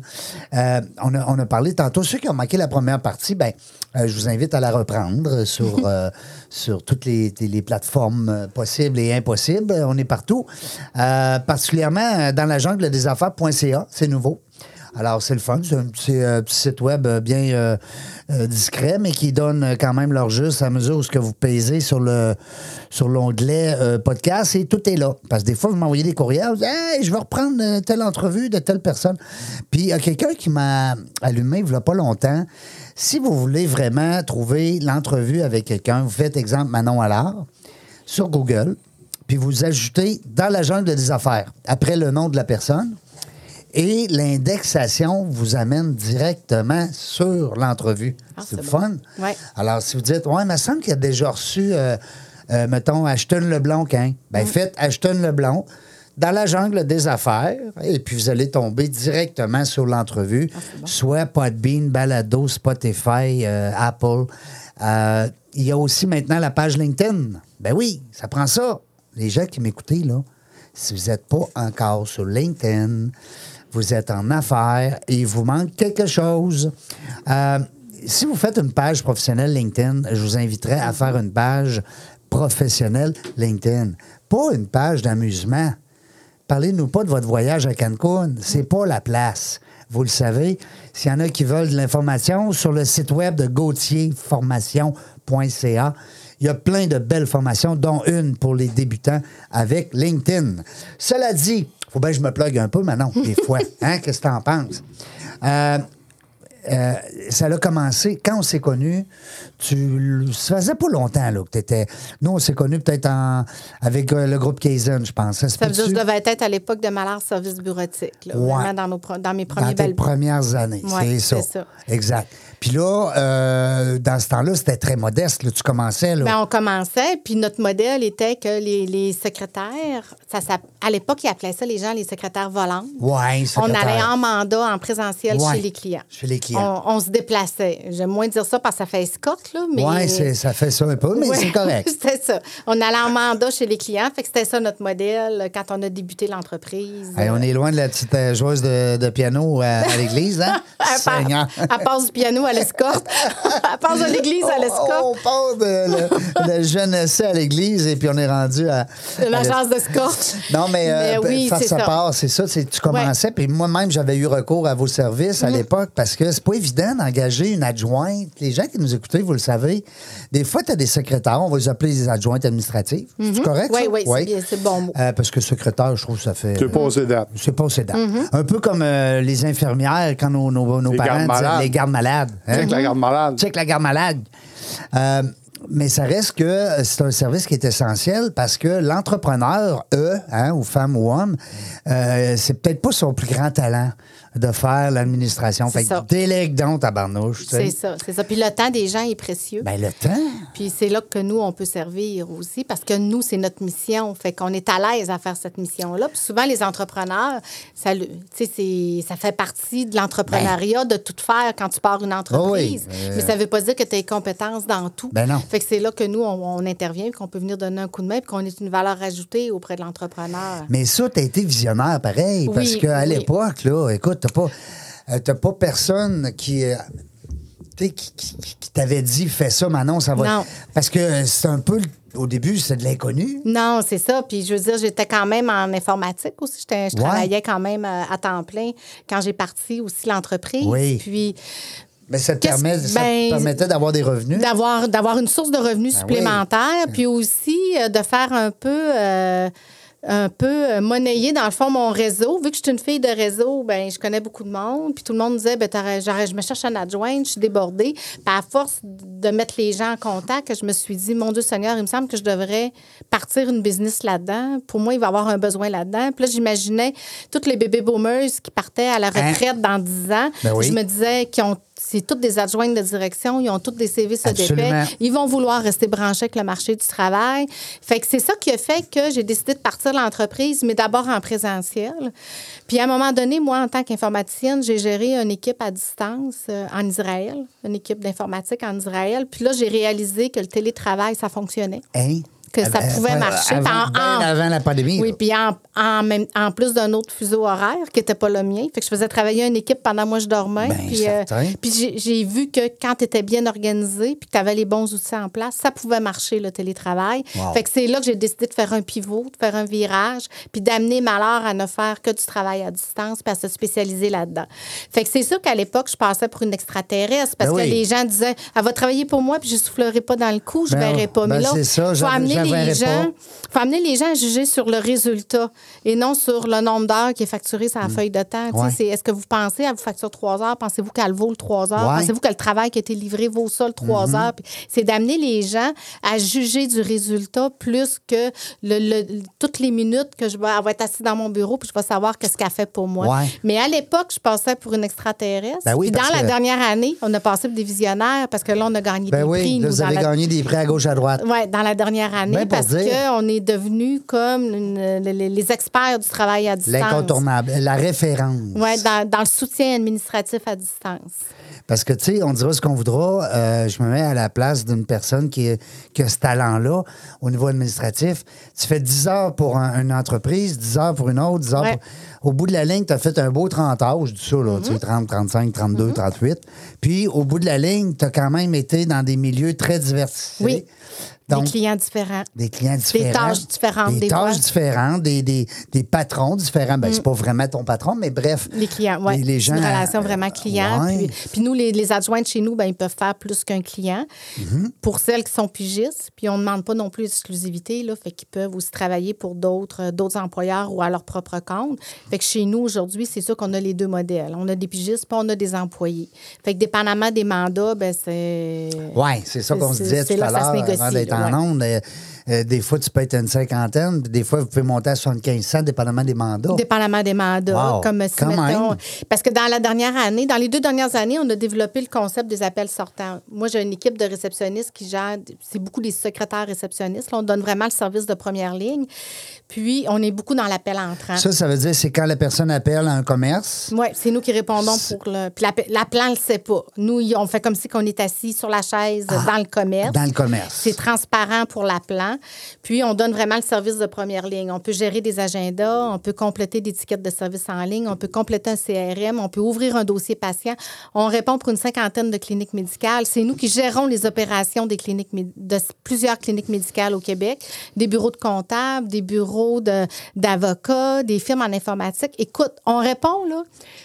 Euh, on, a, on a parlé tantôt. Ceux qui ont manqué la première partie, ben, euh, je vous invite à la reprendre sur, euh, sur toutes les, les- les plateformes euh, possibles et impossibles. On est partout. Euh, particulièrement euh, dans la jungle des affaires.ca. C'est nouveau. Alors, c'est le fun. C'est un petit, euh, petit site web euh, bien euh, euh, discret, mais qui donne euh, quand même leur juste à mesure où ce que vous payez sur le sur l'onglet euh, podcast et tout est là. Parce que des fois, vous m'envoyez des courriels, vous dites, Hey, je vais reprendre euh, telle entrevue de telle personne. Puis il y a quelqu'un qui m'a allumé il n'y a pas longtemps. Si vous voulez vraiment trouver l'entrevue avec quelqu'un, vous faites exemple Manon Allard sur Google, puis vous ajoutez dans la jungle des affaires, après le nom de la personne. Et l'indexation vous amène directement sur l'entrevue.
Ah,
c'est le
c'est bon.
fun.
Ouais.
Alors, si vous dites, ouais, il me semble qu'il a déjà reçu, euh, euh, mettons, Ashton Leblanc, hein?
Mm.
Ben, faites Ashton Leblanc dans la jungle des affaires, et puis vous allez tomber directement sur l'entrevue,
Ah,
soit Podbean, Balado, Spotify, euh, Apple. Euh, il y a aussi maintenant la page LinkedIn. Ben oui, ça prend ça. Les gens qui m'écoutaient, là, si vous n'êtes pas encore sur LinkedIn, vous êtes en affaires et il vous manque quelque chose. Euh, si vous faites une page professionnelle LinkedIn, je vous inviterai à faire une page professionnelle LinkedIn. Pas une page d'amusement. Parlez-nous pas de votre voyage à Cancun. C'est pas la place. Vous le savez, s'il y en a qui veulent de l'information, sur le site web de gautierformation.ca, il y a plein de belles formations, dont une pour les débutants avec LinkedIn. Cela dit, faut bien que je me plug un peu, Manon, des fois. Hein? Qu'est-ce que t'en penses? Euh, euh, ça a commencé quand on s'est connus. Tu l- ça faisait pas longtemps là, que tu étais. Nous, on s'est connus peut-être en- avec euh, le groupe Kaizen, je pense. Ça, se
Ça veut dire que
peut-tu?
je devais être à l'époque de Malheur Service Bureautique. là,
Ouais.
Vraiment dans, nos pro- dans mes premiers
dans tes
belles
premières années. c'est
Ouais,
ça.
c'est ça.
Exact. Puis là, euh, dans ce temps-là, c'était très modeste. là. tu commençais. Là.
Ben, on commençait, puis notre modèle était que les, les secrétaires, ça, s'app- à l'époque, ils appelaient ça les gens les secrétaires volantes.
Ouais,
On
secrétaire.
allait en mandat, en présentiel
Ouais,
chez les clients.
chez les clients.
On, on se déplaçait. J'aime moins dire ça parce que ça fait escorte, là, mais.
Ouais, c'est- ça fait ça un peu, mais
Ouais,
c'est correct.
c'était ça. On allait en mandat chez les clients. Fait que c'était ça notre modèle euh, quand on a débuté l'entreprise.
Hey, on est loin de la petite euh, joueuse de, de piano à, à l'église, hein?
Elle part-
Seigneur.
elle passe du piano à l'escorte. elle passe de l'église à
On,
l'escorte.
on part de, le, de jeunesse à l'église et puis on est rendu à.
De
à
L'agence d'escorte.
Non, mais, euh,
oui,
faire
c'est
sa
ça.
part, c'est ça. c'est- Tu commençais, puis moi-même, j'avais eu recours à vos services à
Mm.
l'époque parce que c'est pas évident d'engager une adjointe. Les gens qui nous écoutez, vous le savez, des fois, tu as des secrétaires, on va les appeler des adjointes administratives. C'est correct?
Oui,
ça?
oui, Mm-hmm. c'est bien, c'est le bon mot.
Euh, parce que secrétaire, je trouve que ça fait. euh,
Tu poses les dates.
C'est pas sédant.
Mm-hmm.
Un peu comme euh, les infirmières quand nos, nos, nos
Les
parents
gardes
disaient
malades.
les gardes malades. hein?
Check la garde malade.
Check la garde malade. Euh, mais ça reste que c'est un service qui est essentiel parce que l'entrepreneur, eux, hein, ou femme ou homme, euh, c'est peut-être pas son plus grand talent de faire l'administration.
C'est
Fait
ça.
que délègue donc ta barnouche. tu sais.
C'est ça, c'est ça. Puis le temps des gens est précieux.
Ben, le temps.
Puis c'est là que nous, on peut servir aussi, parce que nous, c'est notre mission. Fait qu'on est à l'aise à faire cette mission-là. Puis souvent, les entrepreneurs, ça, le- tu sais, c'est- ça fait partie de l'entrepreneuriat de tout faire quand tu pars une entreprise.
Oh Ben. oui, euh.
Mais ça veut pas dire que tu as des compétences dans tout.
Ben non.
Fait que c'est là que nous, on, on intervient, puis qu'on peut venir donner un coup de main, puis qu'on est une valeur ajoutée auprès de l'entrepreneur.
Mais ça, t'as été visionnaire pareil,
Oui,
parce qu'à
oui.
l'époque, là, écoute, t'as pas, euh, t'as pas personne qui. euh, tu sais, qui, qui- qui- qui t'avait dit fais ça, Manon, ça va.
Non.
Parce que c'est un peu. le- Au début, c'est de l'inconnu.
Non, c'est ça. Puis je veux dire, j'étais quand même en informatique aussi. J'étais- je
Ouais.
travaillais quand même euh, à temps plein quand j'ai parti aussi l'entreprise.
Oui.
Puis
Mais Ben, ça te,
Qu'est-ce-
permet, ça te
ben,
permettait d'avoir des revenus.
d'avoir d'avoir une source de revenus
Ben
supplémentaire, puis aussi euh, de faire un peu euh, un peu euh, monnayer dans le fond mon réseau. Vu que je suis une fille de réseau, ben je connais beaucoup de monde, puis tout le monde me disait ben t'aurais- j'aurais- je me cherche un adjoint, je suis débordée. Puis à force de mettre les gens en contact, je me suis dit mon Dieu Seigneur, il me semble que je devrais partir une business là-dedans. Pour moi, il va y avoir un besoin là-dedans. Puis là, j'imaginais toutes les bébés boomers qui partaient à la
Hein?
retraite dans 10 ans.
Ben oui.
Je me disais qu'ils ont c'est toutes des adjointes de direction, ils ont toutes des CV se
Absolument.
dépaient. Ils vont vouloir rester branchés avec le marché du travail. Fait que c'est ça qui a fait que j'ai décidé de partir l'entreprise, mais d'abord en présentiel. Puis à un moment donné, moi, en tant qu'informaticienne, j'ai géré une équipe à distance euh, en Israël, une équipe d'informatique en Israël. Puis là, j'ai réalisé que le télétravail, ça fonctionnait.
Hein?
que ça
Avant-
pouvait
avant-
marcher.
Avant,
Puis en-
bien avant la pandémie.
Oui,
là.
puis en, en, même- en plus d'un autre fuseau horaire qui n'était pas le mien. Fait que je faisais travailler une équipe pendant que moi je dormais.
Ben,
puis euh,
certain.
puis j'ai- j'ai vu que quand tu étais bien organisé puis que tu avais les bons outils en place, ça pouvait marcher le télétravail.
Wow.
Fait que c'est là que j'ai décidé de faire un pivot, de faire un virage, puis d'amener Malheur à ne faire que du travail à distance puis à se spécialiser là-dedans. Fait que c'est sûr qu'à l'époque, je passais pour une extraterrestre parce
Ben
que
oui.
les gens disaient elle va travailler pour moi puis je soufflerai pas dans le cou, je
Ben,
verrai pas.
ben,
Mais là,
c'est ça,
faut
j'en-
amener
j'en verrai
les gens
pas.
faut amener les gens à juger sur le résultat et non sur le nombre d'heures qui est facturé sur la feuille de temps. Tu sais,
Mm. Ouais.
c'est, Est-ce que vous pensez à vous facture trois heures? Pensez-vous qu'elle vaut le trois heures?
Ouais. Mm-hmm.
Pensez-vous que le travail qui a été livré vaut ça le trois heures? Puis c'est d'amener les gens à juger du résultat plus que le- le- toutes les minutes que je vais elle va être assise dans mon bureau puis je vais savoir qu'est-ce qu'elle fait pour moi.
Ouais.
Mais à l'époque, je passais pour une extraterrestre.
Ben oui,
Puis dans
parce
la
que-
dernière année, on a passé pour des visionnaires parce que là, on a gagné
Ben
des
oui,
prix.
là,
nous,
vous
dans
avez
la-
gagné des prix à gauche, à droite.
oui, dans la dernière année,
Ben, pour
parce
dire.
qu'on est devenu comme une- les, les experts du travail à distance.
L'incontournable, la référence.
Oui, dans, dans le soutien administratif à distance.
Parce que, tu sais, on dira ce qu'on voudra. euh, je me mets à la place d'une personne qui, est- qui a ce talent-là au niveau administratif. Tu fais 10 heures pour un- une entreprise, 10 heures pour une autre, 10 heures
Ouais.
pour... Au bout de la ligne, tu as fait un beau 30 heures, je dis ça, là,
Mm-hmm.
tu sais, 30, 35, 32, 38. Puis, au bout de la ligne, tu as quand même été dans des milieux très diversifiés.
Oui.
Donc,
des clients différents.
des clients différents.
tâches différentes,
Des,
des
tâches
fois.
différentes, des, des- des patrons différents. Ben, c'est pas vraiment ton patron, mais bref.
Les clients, oui.
Les, les gens.
Une
à-
relation vraiment client.
Ouais.
Puis, puis nous, les, les adjointes chez nous, ben, ils peuvent faire plus qu'un client.
Mm-hmm.
Pour celles qui sont pigistes, puis on ne demande pas non plus l'exclusivité, là, fait qu'ils peuvent aussi travailler pour d'autres euh, d'autres employeurs ou à leur propre compte. Fait que chez nous, aujourd'hui, c'est sûr qu'on a les deux modèles. On a des pigistes, puis on a des employés. Fait que dépendamment des mandats, ben, c'est...
Oui, c'est ça qu'on se
C'est-
disait
c'est
tout à
là que ça se
l'heure
négocie,
avant d'être
là,
en
ouais.
onde. Euh, euh, des fois, tu peux être à une cinquantaine, puis des fois, vous pouvez monter à 75 cents, dépendamment des mandats.
Dépendamment des mandats.
Wow,
Comme si,
quand
mettons-
même.
parce que dans la dernière année, dans les deux dernières années, on a développé le concept des appels sortants. Moi, j'ai une équipe de réceptionnistes qui gère, c'est beaucoup des secrétaires réceptionnistes. là. on donne vraiment le service de première ligne. Puis, on est beaucoup dans l'appel entrant.
Ça, ça veut dire c'est quand la personne appelle à un commerce.
Oui, c'est nous qui répondons pour le. Puis la, la plan le sait pas. Nous, y- on fait comme si qu'on est assis sur la chaise dans le commerce.
Ah, Dans le commerce.
C'est transparent pour la plan. Puis on donne vraiment le service de première ligne. On peut gérer des agendas, on peut compléter des tickets de service en ligne, on peut compléter un CRM, on peut ouvrir un dossier patient. On répond pour une cinquantaine de cliniques médicales. C'est nous qui gérons les opérations des cliniques mé- de s- plusieurs cliniques médicales au Québec, des bureaux de comptables, des bureaux de- d'avocats, des firmes en informatique. Écoute, on répond là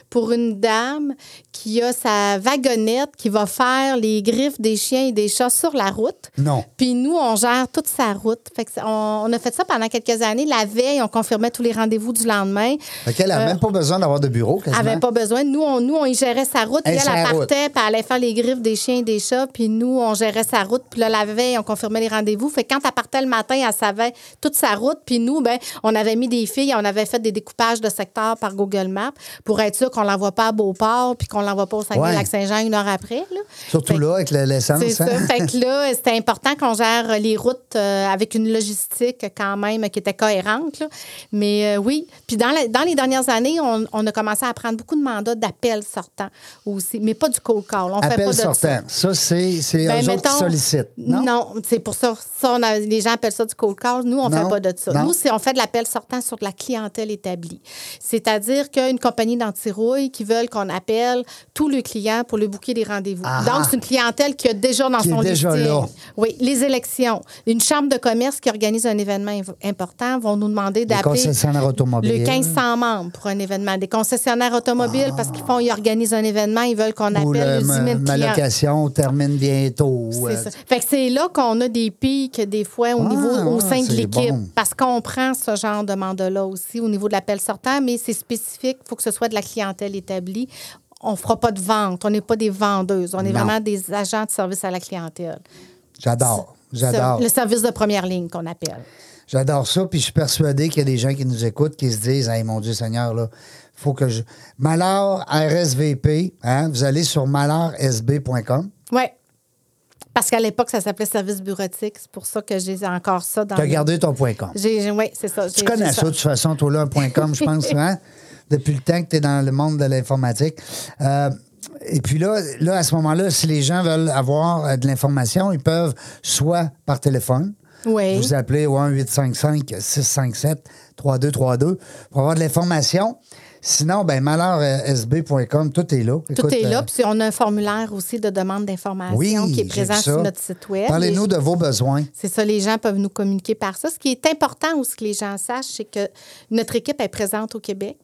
pour une dame qui a sa wagonnette qui va faire les griffes des chiens et des chats sur la route.
Non.
Puis nous, on gère toute sa route. Fait que ça- on, on a fait ça pendant quelques années. La veille, on confirmait tous les rendez-vous du lendemain.
Fait qu'elle n'a
Euh,
même pas besoin d'avoir de bureau,
Elle
quasiment.
n'avait pas besoin. Nous, on, nous, on y gérait sa route. Puis
Elle,
elle,
sa
elle
route.
partait, puis elle allait faire les griffes des chiens et des chats. Puis nous, on gérait sa route. Puis là, la veille, on confirmait les rendez-vous. Fait que quand elle partait le matin, elle savait toute sa route. Puis nous, ben, on avait mis des filles, on avait fait des découpages de secteurs par Google Maps pour être sûr qu'on l'envoie pas à Beauport, puis qu'on l'envoie pas au Saguenay-Lac-Saint-Jean une heure après. là.
Surtout
Fait que-
là, avec la- l'essence.
c'est ça.
hein?
Fait que là, c'était important qu'on gère les routes euh, avec une logistique quand même qui était cohérente. là. Mais euh, oui. Puis dans, la- dans les dernières années, on, on a commencé à prendre beaucoup de mandats d'appels sortants aussi, mais pas du cold call. On fait pas
Appel
de ça.
sortant. Ça, c'est c'est eux
Ben,
autres qui
mettons-
sollicitent. Non?
c'est pour ça. ça, on a- les gens appellent ça du cold call. Nous, on ne
Non,
fait pas de ça.
non.
Nous, c'est on fait de l'appel sortant sur de la clientèle établie. C'est-à-dire qu'une compagnie d'antirouille qui veulent qu'on appelle tous les clients pour le bouquet des rendez-vous.
Ah ah.
Donc, c'est une clientèle qui a déjà dans
Qui est
son
déjà
listing.
là.
Oui, les élections. Une chambre de commerce qui organise un événement inv- important vont nous demander
Des
d'appeler
concessionnaires automobiles. Ah.
le 1500 membres pour un événement. Des concessionnaires automobiles parce qu'ils font, ils organisent un événement, ils veulent qu'on
Ou
appelle
le,
le 10 000
ma, ma
clients.
location termine bientôt.
C'est
euh,
ça. Fait que c'est là qu'on a des pics des fois au
Ah,
niveau au
ouais,
sein de
c'est
l'équipe
bon.
parce qu'on prend ce genre de mandat-là aussi au niveau de l'appel sortant, mais c'est spécifique. Il faut que ce soit de la clientèle établie. On fera pas de vente. On n'est pas des vendeuses. On est
Non.
vraiment des agents de service à la clientèle.
J'adore. J'adore.
Le service de première ligne qu'on appelle.
J'adore ça. Puis je suis persuadé qu'il y a des gens qui nous écoutent qui se disent Hey, mon Dieu Seigneur, là, faut que je. Malheur RSVP, hein, vous allez sur malheursb.com.
Oui. Parce qu'à l'époque, ça s'appelait service bureautique. C'est pour ça que j'ai encore ça dans.
Tu as
mes-
gardé ton point .com.
J'ai- j'ai- Oui, c'est ça.
Tu
J'ai-
connais
j'ai
ça, de toute façon, toi là, un point .com, je pense, hein, depuis le temps que tu es dans le monde de l'informatique. Euh, et puis là, là, à ce moment-là, si les gens veulent avoir euh, de l'information, ils peuvent soit par téléphone,
Oui.
vous appelez au 1-855-657-3232 pour avoir de l'information. Sinon, ben malheursb.com, tout est là.
Tout
Écoute,
est là.
euh,
Puis on a un formulaire aussi de demande d'information
oui,
qui est
j'ai
présent
vu
sur
ça.
notre site Web.
Parlez-nous
Les-
de vos besoins.
C'est ça, les gens peuvent nous communiquer par ça. Ce qui est important ou ce que les gens sachent, c'est que notre équipe est présente au Québec.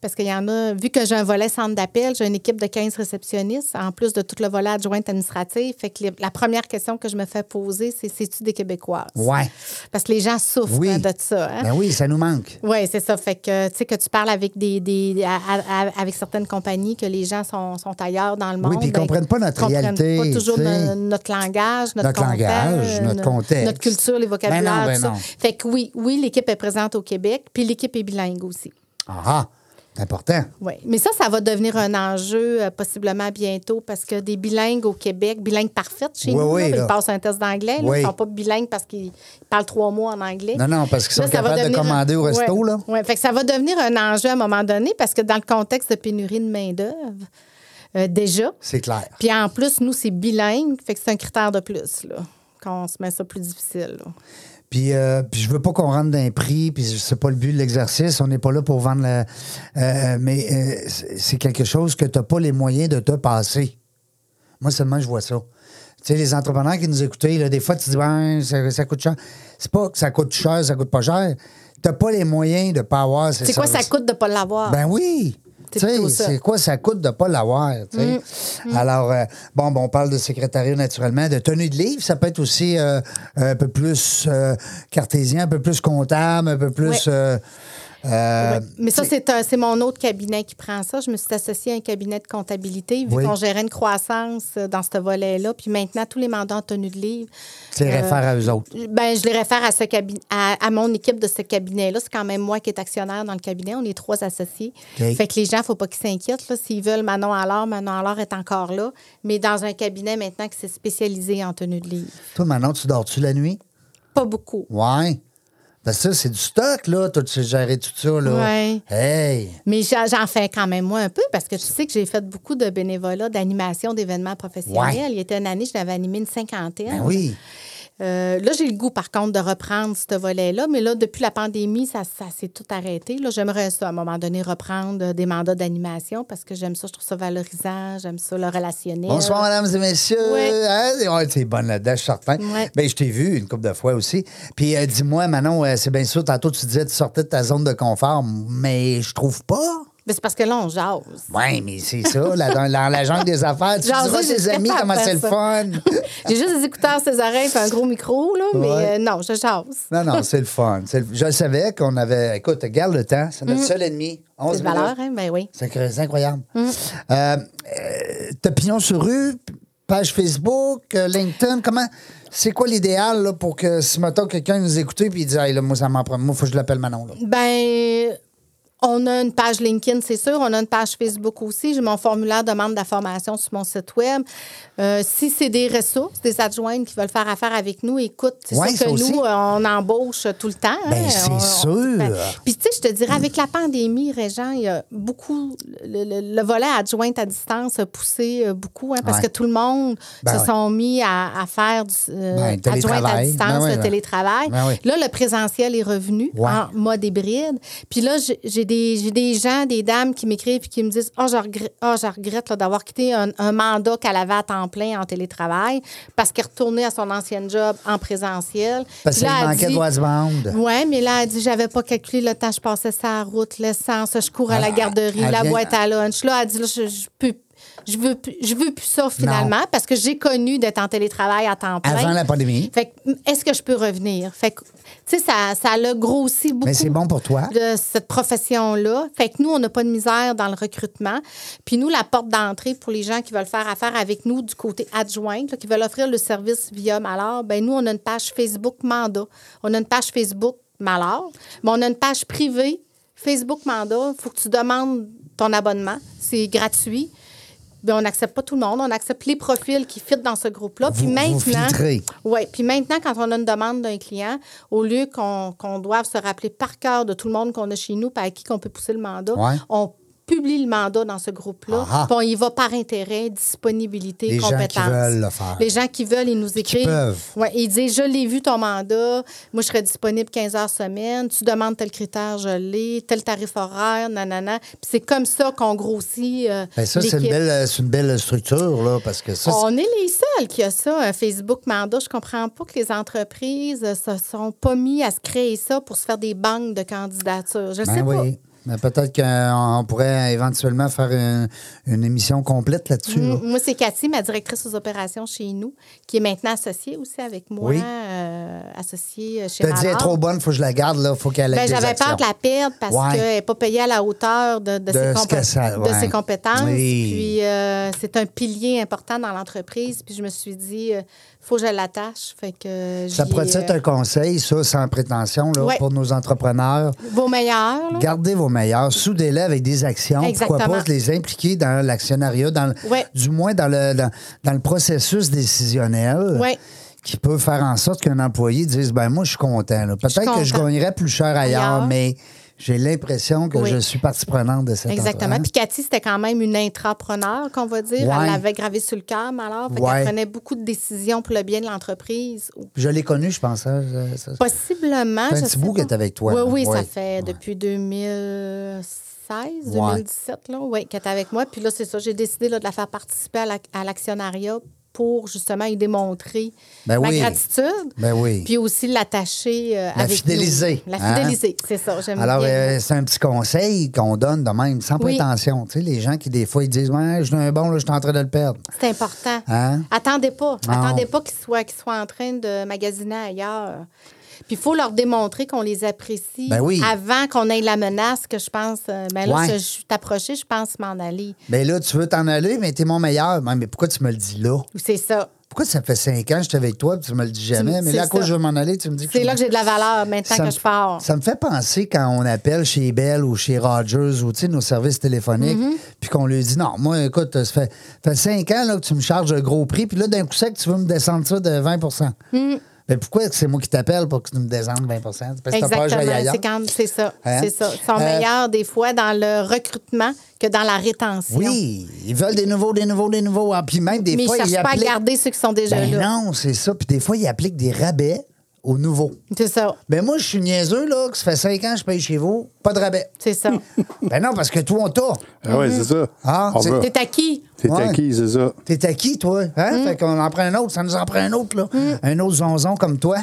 Parce qu'il y en a, vu que j'ai un volet centre d'appel, j'ai une équipe de 15 réceptionnistes, en plus de tout le volet adjointe administrative. Fait que les- la première question que je me fais poser, c'est c'est-tu des Québécoises?
Ouais.
Parce que les gens souffrent
Oui.
hein, de ça. hein.
Ben oui, ça nous manque.
Oui, c'est ça. Fait que, tu sais, que tu parles avec des, des à- à- avec certaines compagnies, que les gens sont, sont ailleurs dans le monde.
puis ils
ben,
comprennent pas notre
comprennent
réalité,
pas toujours
tu sais.
no- notre langage, notre,
Notre
contexte,
langage, notre
no-
contexte.
Notre culture, les
Ben non,
vocabulaires,
ben
tout ça.
non.
Fait que oui, oui, l'équipe est présente au Québec, puis l'équipe est bilingue aussi.
Ah, ah, c'est important.
Oui. Mais ça, ça va devenir un enjeu euh, possiblement bientôt parce que des bilingues au Québec, bilingues parfaites chez
Oui,
nous,
oui,
là,
là.
ils passent un test d'anglais. là.
Oui.
Ils ne sont pas bilingues parce qu'ils parlent trois mots en anglais.
Non, non, parce qu'ils sont
Là, ça va
capables de
devenir un-
commander au resto,
Ouais.
là.
Ouais, fait que ça va devenir un enjeu à un moment donné parce que dans le contexte de pénurie de main-d'œuvre, euh, déjà.
C'est clair.
Puis en plus, nous, c'est bilingue, fait que c'est un critère de plus, là, quand on se met ça plus difficile. là.
Puis, euh, puis je veux pas qu'on rentre dans un prix, puis c'est pas le but de l'exercice, on n'est pas là pour vendre la... euh, mais euh, c'est c'est quelque chose que tu pas les moyens de te passer. Moi seulement, je vois ça. Tu sais, les entrepreneurs qui nous écoutaient, là, des fois, tu dis, ben, ça, ça coûte cher. C'est pas que ça coûte cher, ça coûte pas cher. T'as pas les moyens de pas avoir ces
C'est quoi ça
services.
coûte de ne pas l'avoir?
Ben oui. Tu sais,
C'est Ah. plutôt Mm. ça.
c'est quoi ça coûte de ne pas l'avoir? tu sais. Alors, euh, bon, ben, on parle de secrétariat naturellement, de tenue de livre, ça peut être aussi euh, un peu plus euh, cartésien, un peu plus comptable, un peu plus
Ouais.
euh, Euh,
Mais ça, c'est un- c'est mon autre cabinet qui prend ça. Je me suis associée à un cabinet de comptabilité, vu
Oui.
qu'on gérait une croissance euh, dans ce volet-là. Puis maintenant, tous les mandats en tenue de livre.
Tu les réfères à eux autres.
Ben, je les réfère à, ce cabinet, à, à mon équipe de ce cabinet-là. C'est quand même moi qui est actionnaire dans le cabinet. On est trois associés.
OK.
Fait que les gens, faut pas qu'ils s'inquiètent. là. S'ils veulent Manon Allard, Manon Allard est encore là. Mais dans un cabinet maintenant qui s'est spécialisé en tenue de livre.
Toi, maintenant, tu dors-tu la nuit?
Pas beaucoup.
Ouais. Ben ça, c'est du stock, là. Toi, tu sais gérer tout ça, là.
Ouais.
Hey!
Mais j'a- j'en fais quand même moi un peu parce que tu sais que j'ai fait beaucoup de bénévolat, d'animation d'événements professionnels.
Ouais.
Il y a une année, je l'avais animé une cinquantaine.
Ben oui.
Euh, là, j'ai le goût, par contre, de reprendre ce volet-là. Mais là, depuis la pandémie, ça, ça s'est tout arrêté. Là, j'aimerais ça, à un moment donné, reprendre euh, des mandats d'animation parce que j'aime ça, je trouve ça valorisant, j'aime ça, le relationnel.
Bonsoir, mesdames et messieurs.
euh, Ouais.
Hein? Ouais, t'es bonne là-dedans, je suis certain.
Ouais.
Ben, je t'ai vu une couple de fois aussi. Puis euh, dis-moi, Manon, euh, c'est bien sûr, tantôt, tu disais que tu sortais de ta zone de confort, mais je trouve pas.
Mais c'est parce que là, on jase.
Oui, mais c'est ça, là, dans, dans la jungle des affaires. Tu
Jaser,
diras
je
tes
suis
amis
capable
comment
de
c'est le
faire
fun.
J'ai juste des écouteurs, ses oreilles, puis un gros micro, là, mais
Ouais.
euh, non, je jase.
Non, non, c'est le fun. C'est le- Je le savais qu'on avait. Écoute, garde le temps. C'est notre seul ennemi. 11
Mm. C'est de
minutes.
valeur, hein? Ben oui.
C'est incro- c'est incroyable.
Mm.
Euh, euh, T'as pignon sur rue, page Facebook, euh, LinkedIn, comment. C'est quoi l'idéal là, pour que si maintenant quelqu'un nous écoute et il dit Hey, là, moi, ça m'en prend, moi, faut que je l'appelle Manon. là.
Ben, on a une page LinkedIn, c'est sûr. On a une page Facebook aussi. J'ai mon formulaire de demande de la formation sur mon site Web. Euh, si c'est des ressources, des adjointes qui veulent faire affaire avec nous, écoute, c'est
Ouais,
sûr
ça
que
aussi.
nous, euh, on embauche tout le temps.
Ben,
hein.
c'est
On- on-
sûr.
ben, Puis, tu sais, je te dirais, avec la pandémie, Régent, il y a beaucoup. Le, le- le volet adjointe à distance a poussé euh, beaucoup hein, parce
Ouais.
que tout le monde
Ben
se
ouais.
sont mis à, à faire du euh,
Ben, le
adjointe à
télétravail.
distance,
Ben ouais,
le
ben.
télétravail.
Ben ouais.
Là, le présentiel est revenu
Ouais.
en mode hybride. Puis là, j'ai- j'ai des, j'ai des gens, des dames qui m'écrivent et qui me disent « Ah, je regrette, ah, je regrette là, d'avoir quitté un, un mandat qu'elle avait à temps plein en télétravail parce qu'elle retournait à son ancienne job en présentiel. »
Parce
Puis
qu'il
là, elle
manquait
dit-
de bande.
oui, mais là, elle dit j'avais pas calculé le temps que je passais ça à la route, l'essence, je cours à la
Elle-
garderie,
Ah, elle
la
vient-
boîte à lunch. Là, elle dit là, je, je peux. Je veux, plus- je veux plus ça finalement parce que j'ai connu d'être en télétravail à temps plein.
Avant la pandémie.
Fait que, est-ce que je peux revenir? Fait que, tu sais, ça, ça l'a grossi beaucoup.
Mais Ben, c'est bon pour toi.
De cette profession-là. Fait que nous, on n'a pas de misère dans le recrutement. Puis nous, la porte d'entrée pour les gens qui veulent faire affaire avec nous du côté adjoint, là, qui veulent offrir le service via Malheur, ben nous, on a une page Facebook Mandat. On a une page Facebook Malheur, mais on a une page privée Facebook Mandat. Il faut que tu demandes ton abonnement. C'est gratuit. Ben, on n'accepte pas tout le monde, on accepte les profils qui fitent dans ce groupe-là. Puis
Vous- vous
maintenant,
filtrez.
oui, puis maintenant, quand on a une demande d'un client, au lieu qu'on qu'on doive se rappeler par cœur de tout le monde qu'on a chez nous, par à qui qu'on peut pousser le mandat,
Ouais.
on publie le mandat dans ce groupe-là,
Ah ah.
puis on y va par intérêt, disponibilité,
Les gens qui
compétence.
veulent le faire.
Les gens qui veulent, ils nous écrivent.
peuvent.
Ouais, ils disent, je l'ai vu ton mandat, moi je serai disponible 15 heures semaine, tu demandes tel critère, je l'ai, tel tarif horaire, nanana. Puis c'est comme ça qu'on grossit euh,
Ben, ça, c'est une,
l'équipe. Oh,
belle, c'est une belle structure, là, parce que ça, c'est-
On est les seuls qui a ça, un Facebook mandat. Je comprends pas que les entreprises euh, se sont pas mis à se créer ça pour se faire des banques de candidatures. Je ne
Ben
sais pas.
oui. Ben, peut-être qu'on on pourrait éventuellement faire une, une émission complète là-dessus. là.
M- Moi, c'est Cathy, ma directrice aux opérations chez nous, qui est maintenant associée aussi avec moi,
Oui.
euh, associée chez
T'as dit, elle est
Malard.
trop bonne, faut que je la garde, là, faut qu'elle ait
Ben,
des
J'avais peur
actions.
de la perdre parce
Ouais.
qu'elle n'est pas payée à la hauteur de, de ses,
ce
compé-
que ça-
de
ouais.
ses compétences.
Oui.
Puis euh, c'est un pilier important dans l'entreprise. Puis je me suis dit, il faut que je l'attache. Fait que euh,
Ça
j'y ai,
pourrait être un conseil, ça, sans prétention, là,
Ouais.
pour nos entrepreneurs.
euh, vos meilleurs. là.
Gardez vos meilleurs, soudez-les avec des actions. Pourquoi
Exactement.
pas les impliquer dans l'actionnariat, dans le-
Ouais.
du moins dans le, dans, dans le processus décisionnel
Ouais.
qui peut faire en sorte qu'un employé dise ben Moi, je suis content. là.
suis
Peut-être que je
content.
gagnerais plus cher ailleurs,
Ailleurs.
mais j'ai l'impression que
Oui.
je suis partie prenante de cette
Exactement.
entreprise.
Puis Cathy, c'était quand même une intrapreneur, qu'on va dire.
Ouais.
Elle l'avait gravé sur le cœur, alors. Fait
Ouais.
qu'elle prenait beaucoup de décisions pour le bien de l'entreprise. Ou
Je l'ai connu, je pense. hein, je- ça-
Possiblement.
C'est un
je
petit
sais
bout
pas.
qu'elle est avec toi,
Oui,
hein?
oui,
Ouais.
ça fait depuis 2016,
Ouais.
2017, là. Oui, qu'elle est avec moi. Puis là, c'est ça. J'ai décidé là, de la faire participer à la- à l'actionnariat pour justement lui démontrer
Ben
ma
oui.
gratitude.
Ben oui.
Puis aussi l'attacher euh,
La
avec nous.
fidéliser,
La
hein?
fidéliser, c'est ça. J'aime
Alors,
bien.
euh, c'est un petit conseil qu'on donne de même, sans
Oui.
prétention. Tu sais, les gens qui, des fois, ils disent Ouais, je suis un bon, là, je suis en train de le perdre.
C'est important.
Hein?
Attendez pas.
Non.
Attendez pas qu'ils soient, qu'ils soient en train de magasiner ailleurs. Puis il faut leur démontrer qu'on les apprécie
Ben oui.
avant qu'on ait la menace que je pense. euh, Ben là,
Ouais.
si je suis approchée, je pense m'en aller.
Mais Ben là, tu veux t'en aller, mais t'es mon meilleur. Ouais, Mais pourquoi tu me le dis là?
Ou c'est ça.
Pourquoi ça fait cinq ans que j'étais avec toi et tu me le dis jamais?
me-
Mais là, à
c'est
cause
ça.
je veux m'en aller, tu me dis que
C'est
je-
là que j'ai de la valeur
Ça
maintenant
me-
que je pars.
Ça me fait penser quand on appelle chez Bell ou chez Rogers ou tu sais, nos services téléphoniques,
Mhm.
puis qu'on lui dit non, moi, écoute, ça fait, ça fait cinq ans là, que tu me charges un gros prix, puis là, d'un coup sec, tu veux me descendre ça de 20
Mhm.
Mais pourquoi c'est moi qui t'appelle pour que tu me descendes 20 C'est parce que t'as peur que j'aille
Exactement.
ailleurs.
C'est quand c'est ça.
Hein?
C'est ça. Ils sont
Euh,
meilleurs des fois dans le recrutement que dans la rétention.
Oui, ils veulent des nouveaux, des nouveaux, des nouveaux. Ah, puis même des
Mais ils
fois,
ne
ils
cherchent pas à
appliquent.
garder ceux qui sont déjà
Ben
là.
non, c'est ça. Puis des fois, ils appliquent des rabais aux nouveaux.
C'est ça.
Ben moi, je suis niaiseux, là, que ça fait cinq ans que je paye chez vous, pas de rabais.
C'est ça.
ben non, parce que toi, on t'a.
Ah ouais, c'est
Mm-hmm.
ça.
Ah,
On
c'est-
va.
T'es acquis.
T'es
Ouais.
acquis, c'est ça.
T'es acquis, toi.
Mm.
Hein? Fait qu'on en prend un autre. Ça nous en prend un autre, là. Un autre zonzon comme toi.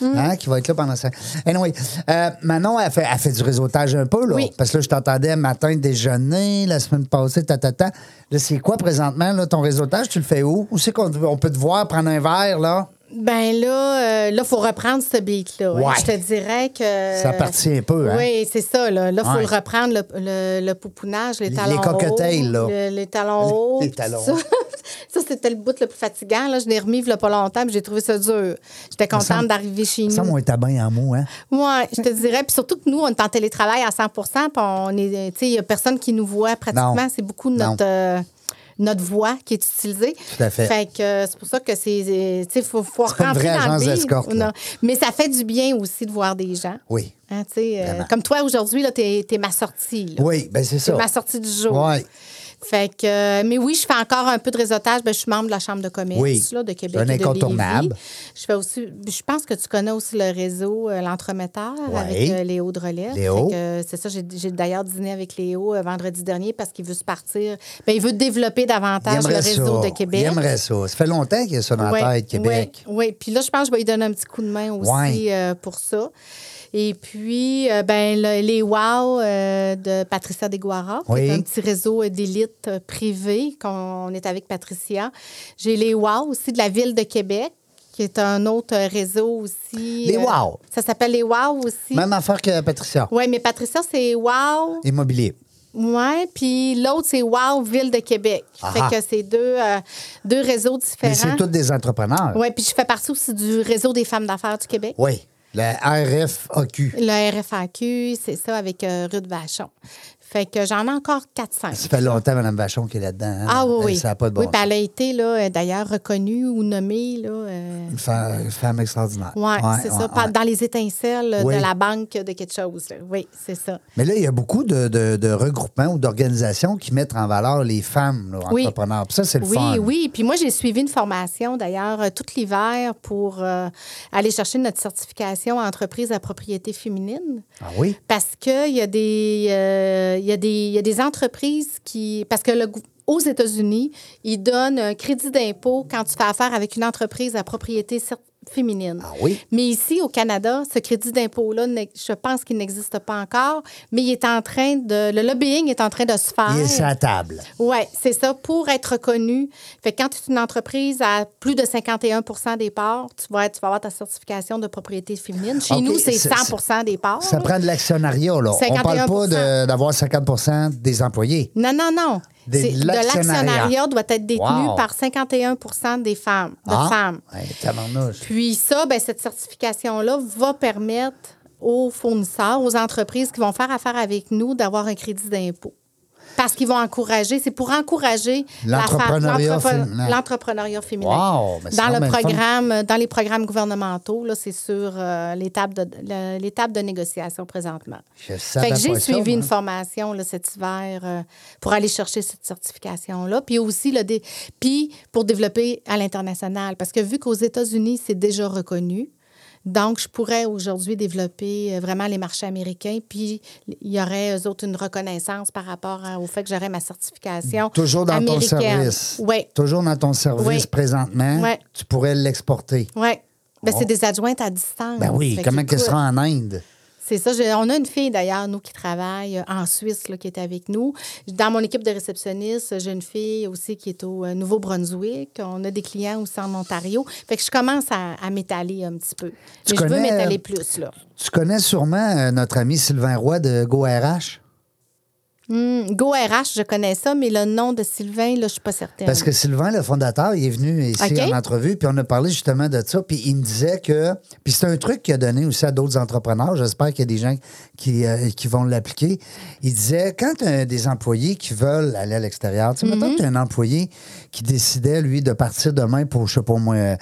Mm.
Hein, qui va être là pendant ça. Anyway, euh, Manon, elle fait, elle fait du réseautage un peu, là.
Oui.
Parce que là, je t'entendais matin déjeuner, la semaine passée, ta, ta, ta. Là, c'est quoi présentement, là, ton réseautage? Tu le fais où? Où c'est qu'on on peut te voir prendre un verre, là?
Ben là, il là, faut reprendre ce beat-là. hein.
Ouais.
Je te dirais que.
Ça partit un peu, hein?
Oui, c'est ça. Là, il faut
Ouais.
le reprendre, le, le, le poupounage, les,
Les-
talons
les cocktails,
hauts,
là.
le- les talons hauts.
Les
puis
talons
Ça,
hauts.
Ça, c'était le bout le plus fatigant. Là. Je l'ai remis il y a pas longtemps, puis j'ai trouvé ça dur. J'étais
semble-
contente d'arriver chez
Ça,
nous.
on est à bain en mots, hein?
Oui, je te dirais. Puis surtout que nous, on est en télétravail à 100 puis on est, tu sais, il n'y a personne qui nous voit
Non.
pratiquement. C'est beaucoup
Non.
notre, euh, notre voix qui est utilisée.
Tout à fait.
que euh, c'est pour ça que c'est, euh, tu sais, faut, faut
C'est pas une
rentrer
vraie
dans le
agence
beat.
d'escorte, là.
Non. Mais ça fait du bien aussi de voir des gens.
Oui.
Hein, tu sais, euh,
Vraiment.
comme toi, aujourd'hui, là, t'es, t'es ma sortie. là.
Oui, ben c'est
T'es
ça.
ma sortie du jour.
Ouais.
Fait que, euh, mais oui, je fais encore un peu de réseautage. Ben, je suis membre de la Chambre de commerce
Oui.
là, de Québec.
C'est un
et de Lévis.
incontournable.
Je fais aussi, je pense que tu connais aussi le réseau euh, L'Entremetteur
Ouais.
avec euh, Léo Drolet.
Léo.
Fait que, euh, C'est ça, j'ai j'ai d'ailleurs dîné avec Léo euh, vendredi dernier parce qu'il veut se partir. Ben, il veut développer
Il
davantage le
aimerait
réseau
ça.
de Québec.
Il aimerait ça. Ça fait longtemps qu'il y a ça dans la tête, Québec.
Oui, puis là, je pense que je vais lui donner un petit coup de main aussi
Ouais.
euh, pour ça. Et puis, euh, ben, le- les WOW euh, de Patricia Deguara, qui
Oui.
est un petit réseau euh, d'élite euh, privé qu'on on est avec Patricia. J'ai les WOW aussi de la Ville de Québec, qui est un autre euh, réseau aussi.
Les
euh,
WOW.
ça s'appelle les WOW aussi.
Même affaire que Patricia.
Oui, mais Patricia, c'est WOW.
Immobilier.
Oui, puis l'autre, c'est Wow Ville de Québec.
Ah.
Fait que c'est deux, euh, deux réseaux différents.
Mais c'est tous des entrepreneurs.
Oui, puis je fais partie aussi du réseau des femmes d'affaires du Québec.
Oui. Le RFAQ.
Le RFAQ, c'est ça, avec euh, Ruth Vachon. Fait que j'en ai encore 4-5.
Ça fait longtemps, Mme Vachon, qui est là-dedans. hein?
Ah oui,
Elle,
oui.
Ça n'a pas de bon
oui,
sens.
puis elle a été, là, euh, d'ailleurs, reconnue ou nommée, là. euh,
Une femme, une femme extraordinaire.
ouais, c'est
ouais,
ça, par-
ouais.
dans les étincelles euh,
Oui.
de la banque de quelque chose. là. Oui, c'est ça.
Mais là, il y a beaucoup de, de- de regroupements ou d'organisations qui mettent en valeur les femmes là,
Oui.
entrepreneurs. Puis ça, c'est le
Oui,
fun.
oui. Puis moi, j'ai suivi une formation, d'ailleurs, euh, tout l'hiver pour euh, aller chercher notre certification entreprise à propriété féminine.
Ah oui?
Parce qu'il y, a des, euh, il y, a des- il y a des entreprises qui. Parce que le gou- aux États-Unis, ils donnent un crédit d'impôt quand tu fais affaire avec une entreprise à propriété cer- féminine.
Ah oui?
Mais ici, au Canada, ce crédit d'impôt-là, n'ex- je pense qu'il n'existe pas encore, mais il est en train de. Le lobbying est en train de se faire.
Et c'est à table.
Oui, c'est ça, pour être reconnu. Fait que quand tu es une entreprise à plus de 51 des parts, tu vas, être- tu vas avoir ta certification de propriété féminine. Chez
OK,
nous, c'est
ça-
100 des parts.
Ça
là.
prend de l'actionnariat, là. On parle pas
51%.
de- d'avoir 50 des employés.
Non, non, non.
Des-
C'est- de
l'actionnariat.
l'actionnariat doit être détenu
Wow.
par 51 des femmes, de
ah?
femmes.
Ouais, tabarnouche.
Puis ça, ben, cette certification-là va permettre aux fournisseurs, aux entreprises qui vont faire affaire avec nous d'avoir un crédit d'impôt. Parce qu'ils vont encourager, c'est pour encourager la femme-
L'entrepreneuriat
l'entrepre-
féminin.
l'entrepreneuriat féminin.
Wow, mais c'est
dans
donc
le
bien le fun.
programme, dans les programmes gouvernementaux, là, c'est sur euh, l'étape de le- l'étape de négociation présentement.
Je savais
Fait que
pas
j'ai
ça,
suivi une
moi.
formation là, cet hiver euh, pour aller chercher cette certification-là. Puis aussi, le dé- puis pour développer à l'international. Parce que vu qu'aux États-Unis, c'est déjà reconnu, donc je pourrais aujourd'hui développer euh, vraiment les marchés américains. Puis il y aurait, eux autres, une reconnaissance par rapport à- au fait que j'aurais ma certification
Toujours dans ton
américaine.
service.
Oui,
Toujours dans ton service
Oui.
présentement.
Ouais.
Tu pourrais l'exporter.
oui. Ben, C'est des adjointes à distance.
Ben oui,
Fait
comment
que,
qu'elle
écoute,
sera en Inde?
C'est ça. J'ai- on a une fille, d'ailleurs, nous, qui travaille euh, en Suisse, là, qui est avec nous. Dans mon équipe de réceptionnistes, j'ai une fille aussi qui est au euh, Nouveau-Brunswick. On a des clients aussi en Ontario. Fait que je commence à, à m'étaler un petit peu.
Tu
Mais je veux
connais, euh,
m'étaler plus, là.
Tu connais sûrement euh, notre ami Sylvain Roy de GoRH.
Hum, Go RH, je connais ça, mais le nom de Sylvain, là, je suis pas certaine.
Parce que Sylvain, le fondateur, il est venu ici
OK.
en entrevue, puis on a parlé justement de ça, puis il me disait que... Puis c'est un truc qu'il a donné aussi à d'autres entrepreneurs, j'espère qu'il y a des gens qui, euh, qui vont l'appliquer. Il disait, quand tu des employés qui veulent aller à l'extérieur, tu sais, mettons que
Mhm.
tu as un employé qui décidait, lui, de partir demain pour, je sais pas moi, euh,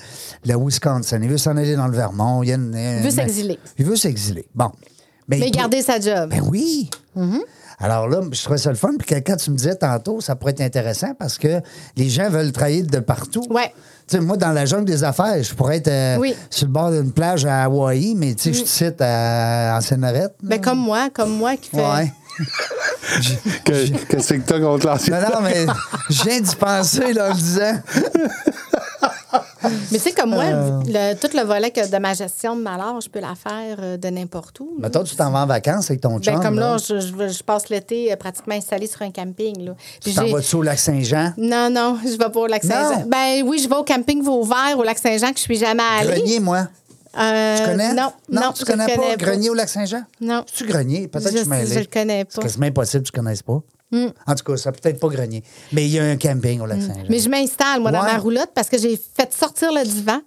le Wisconsin, il veut s'en aller dans le Vermont, il, y a une-
Il veut
une-
s'exiler.
Il veut s'exiler, bon. Mais,
mais
il peut-
garder sa job.
Ben oui.
Mhm.
Alors là, je trouvais ça le fun. Puis que- quand tu me disais tantôt, ça pourrait être intéressant parce que les gens veulent travailler de partout.
Ouais.
Tu sais, moi, dans la jungle des affaires, je pourrais être euh,
Oui. Mm.
sur le bord d'une plage à Hawaï, mais tu sais, je te cite à, en Sénarette.
Ben, comme moi, comme moi qui fait.
Ouais.
Que- Qu'est-ce que t'as contre l'ancien?
Non, non, mais j'ai d'y penser, là, en le disant.
Mais c'est comme moi,
Euh.
le- tout le volet que de ma gestion de malheur, je peux la faire euh, de n'importe où. là.
Mettons, tu t'en vas en vacances avec ton chum.
Ben, comme là, je, je- je passe l'été euh, pratiquement installée sur un camping. Là.
Tu
Puis
t'en
j'ai-
vas-tu au Lac-Saint-Jean?
Non, non, je vais pas au lac Saint-Jean.
Non.
Ben oui, je vais au camping Vauvert, au lac Saint-Jean, que je suis jamais allée.
Grenier, moi.
Euh,
Tu connais?
Non, non,
tu
je
connais,
le
pas Grenier au Lac-Saint-Jean?
Non.
Tu grenier? Peut-être que
Je-
je mêlée.
je le connais pas. Hmm.
C'est quasiment impossible que tu ne connaisses pas. En tout cas, ça peut-être pas grenier. Mais il y a un camping au Lac-Saint-Jean.
Mais je m'installe, moi, dans
Ouais.
ma roulotte parce que j'ai fait sortir le divan,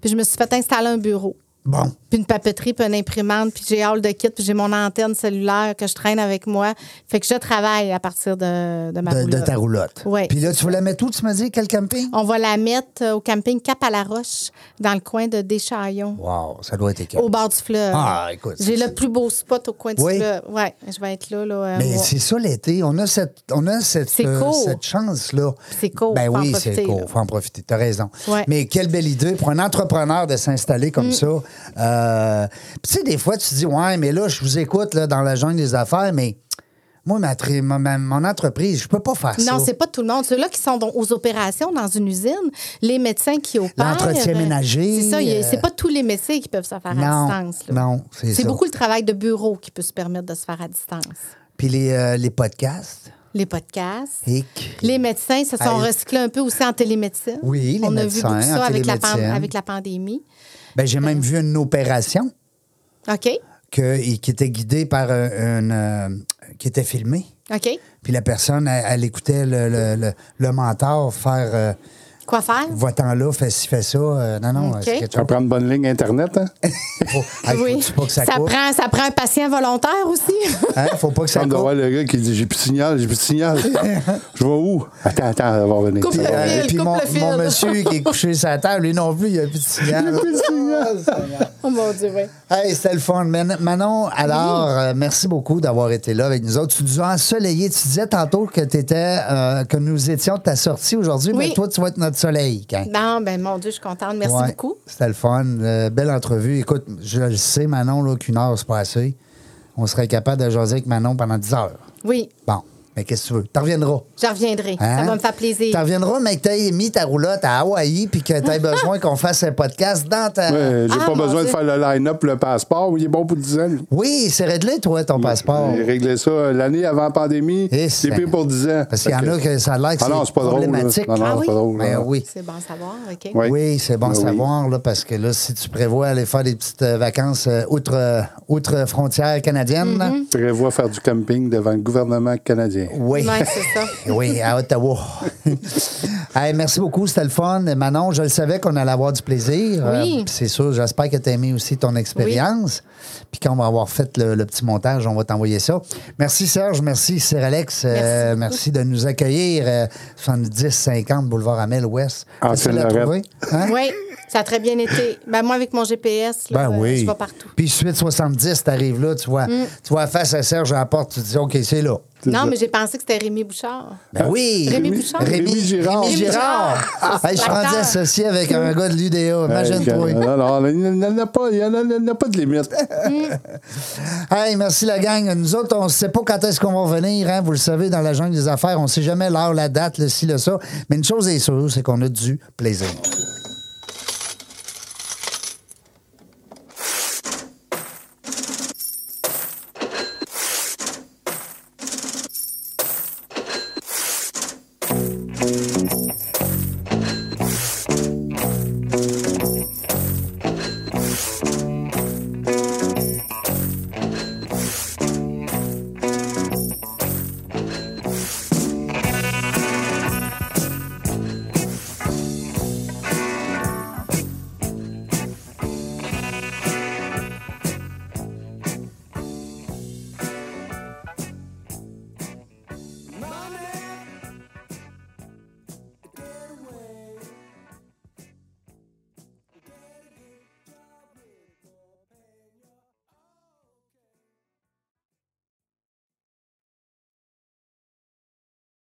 puis je me suis fait installer un bureau.
Bon.
puis une papeterie, puis une imprimante, puis j'ai hall de kit, puis j'ai mon antenne cellulaire que je traîne avec moi. Fait que je travaille à partir de, de ma
De, de
roulotte. Oh.
ta roulotte.
Oui.
Puis là, tu veux la mettre où, tu m'as dit? Quel camping?
On va la mettre euh, au camping Cap à la Roche, dans le coin de Deschaillons,
Wow, ça doit être écœurant.
au bord du fleuve.
Ah, écoute,
J'ai
c'est-
le plus beau spot au coin du
Oui.
fleuve. Ouais, je vais être là. là euh,
Mais
moi.
c'est ça l'été. On a cette, on a cette, euh,
C'est court.
cette chance-là.
C'est court,
Ben
faut en
oui,
profiter,
c'est court.
là.
faut en profiter. Tu as raison.
Ouais. Mm.
Mais quelle belle idée pour un entrepreneur de s'installer comme ça. Euh, puis tu sais, des fois, tu dis, ouais, mais là, je vous écoute là, dans la jungle des affaires, mais moi, ma, tri- ma- ma- mon entreprise, je peux pas faire ça.
non, c'est pas tout le monde. Ceux-là qui sont dans- aux opérations dans une usine, les médecins qui opèrent.
L'entretien
euh,
ménager,
C'est ça, il y a-
euh,
c'est pas tous les médecins qui peuvent se faire
Non,
à distance. là.
non, c'est
C'est
ça.
beaucoup le travail de bureau qui peut se permettre de se faire à distance.
Puis les, euh, les podcasts.
Les podcasts.
hic.
Les médecins se sont
Hey.
recyclés un peu aussi en télémédecine.
Oui, les
On
médecins,
a vu beaucoup
en
ça avec la, pan-
télémédecine.
avec la pandémie.
Ben, j'ai même vu une opération
OK?
que, et qui était guidée par euh, une. euh, qui était filmée.
OK?
Puis la personne, elle, elle écoutait le, le- le- le mentor faire euh,
Quoi faire?
Va-t'en là, fais ci, fais ça. Euh, non, non,
OK.
c'est quelque
Tu vas
chose.
prendre une bonne ligne Internet, hein?
Faut, hey,
Oui.
faut pas que ça, coupe.
prend, ça prend un patient volontaire aussi.
Hein, faut pas que ça
Comme de
coupe.
voir le gars qui dit J'ai plus de signal, j'ai plus de signal. Je vais où? Attends, attends, elle va revenir.
Coupe
Elle
le
va
fil.
revenir.
puis
coupe
mon,
le fil.
mon monsieur qui est couché sur la table, lui non plus, il a plus de signal.
oh mon Dieu, oui.
Hey, c'était le fun. Man- Manon, alors, euh, merci beaucoup d'avoir été là avec nous autres. Tu nous as ensoleillé. Tu disais tantôt que, t'étais, euh, que nous étions de ta sortie aujourd'hui,
Oui.
mais toi, tu vas être notre soleil. Quand.
Non, ben mon Dieu, je suis contente. Merci
Ouais,
beaucoup.
C'était le fun. Euh, belle entrevue. Écoute, je le sais, Manon, là, qu'une heure, c'est pas assez. On serait capable de jaser avec Manon pendant 10 heures.
Oui,
Bon, mais qu'est-ce que tu veux? T'en reviendras.
je reviendrai. Ça
Hein?
va me faire plaisir.
T'en reviendras, mais que t'aies mis ta roulotte à Hawaï puis que t'aies besoin qu'on fasse un podcast dans ta.
Ouais, J'ai
Ah,
pas
mon
besoin de
Dieu.
faire le line-up, le passeport. Il est bon pour 10 ans. lui.
Oui, c'est réglé, toi, ton passeport.
J'ai réglé ça euh, l'année avant la pandémie.
Et
J'ai
c'est-
pris pour 10 ans.
Parce qu'il y en
Fait
a que ça a l'air que
Ah non,
c'est
c'est pas drôle. là.
problématique.
Non, non,
Ah
c'est
oui?
pas drôle.
Ben
non.
oui.
C'est bon à savoir, OK?
Ouais.
Oui, c'est bon
Ben
à
oui.
savoir, là, parce que là, si tu prévois aller faire des petites euh, vacances euh, outre, euh, outre frontière canadienne,
Mhm.
Je prévois faire du camping devant le gouvernement canadien.
oui.
Ouais, c'est ça.
oui, à Ottawa. Hey, merci beaucoup, c'était le fun. Manon, je le savais qu'on allait avoir du plaisir.
Oui.
Euh, puis c'est sûr, j'espère que tu as aimé aussi ton expérience. Puis quand on va avoir fait le, le petit montage, on va t'envoyer ça. Merci Serge, merci Sir Alex. Euh,
Merci
merci de nous accueillir. euh, 70-50 Boulevard Amel Ouest.
Ah,
Facile
c'est
à
Lorette.
trouver, hein?
Oui, ça a très bien été. Ben, moi, avec mon GPS, là,
Ben
euh,
oui.
je vais partout. Mm.
Puis suite 70, t'arrives là, tu vois, tu vois face à Serge à la porte, tu te dis OK, c'est là.
Non, mais j'ai pensé que c'était Rémi Bouchard.
Ben oui.
Rémi Bouchard.
Rémi Girard.
Rémi
Rémi
Girard.
Girard.
Hey, je suis rendu
L'acteur.
associé avec un gars de l'UDA.
Hey,
Imagine-toi.
Non, non, il n'y en a pas, il y en a- il n'y en a pas de limite.
Hey, merci la gang. Nous autres, on ne sait pas quand est-ce qu'on va revenir. hein. Vous le savez, dans la jungle des affaires, on ne sait jamais l'heure, la date, le ci, le ça. Mais une chose est sûre, c'est qu'on a du plaisir.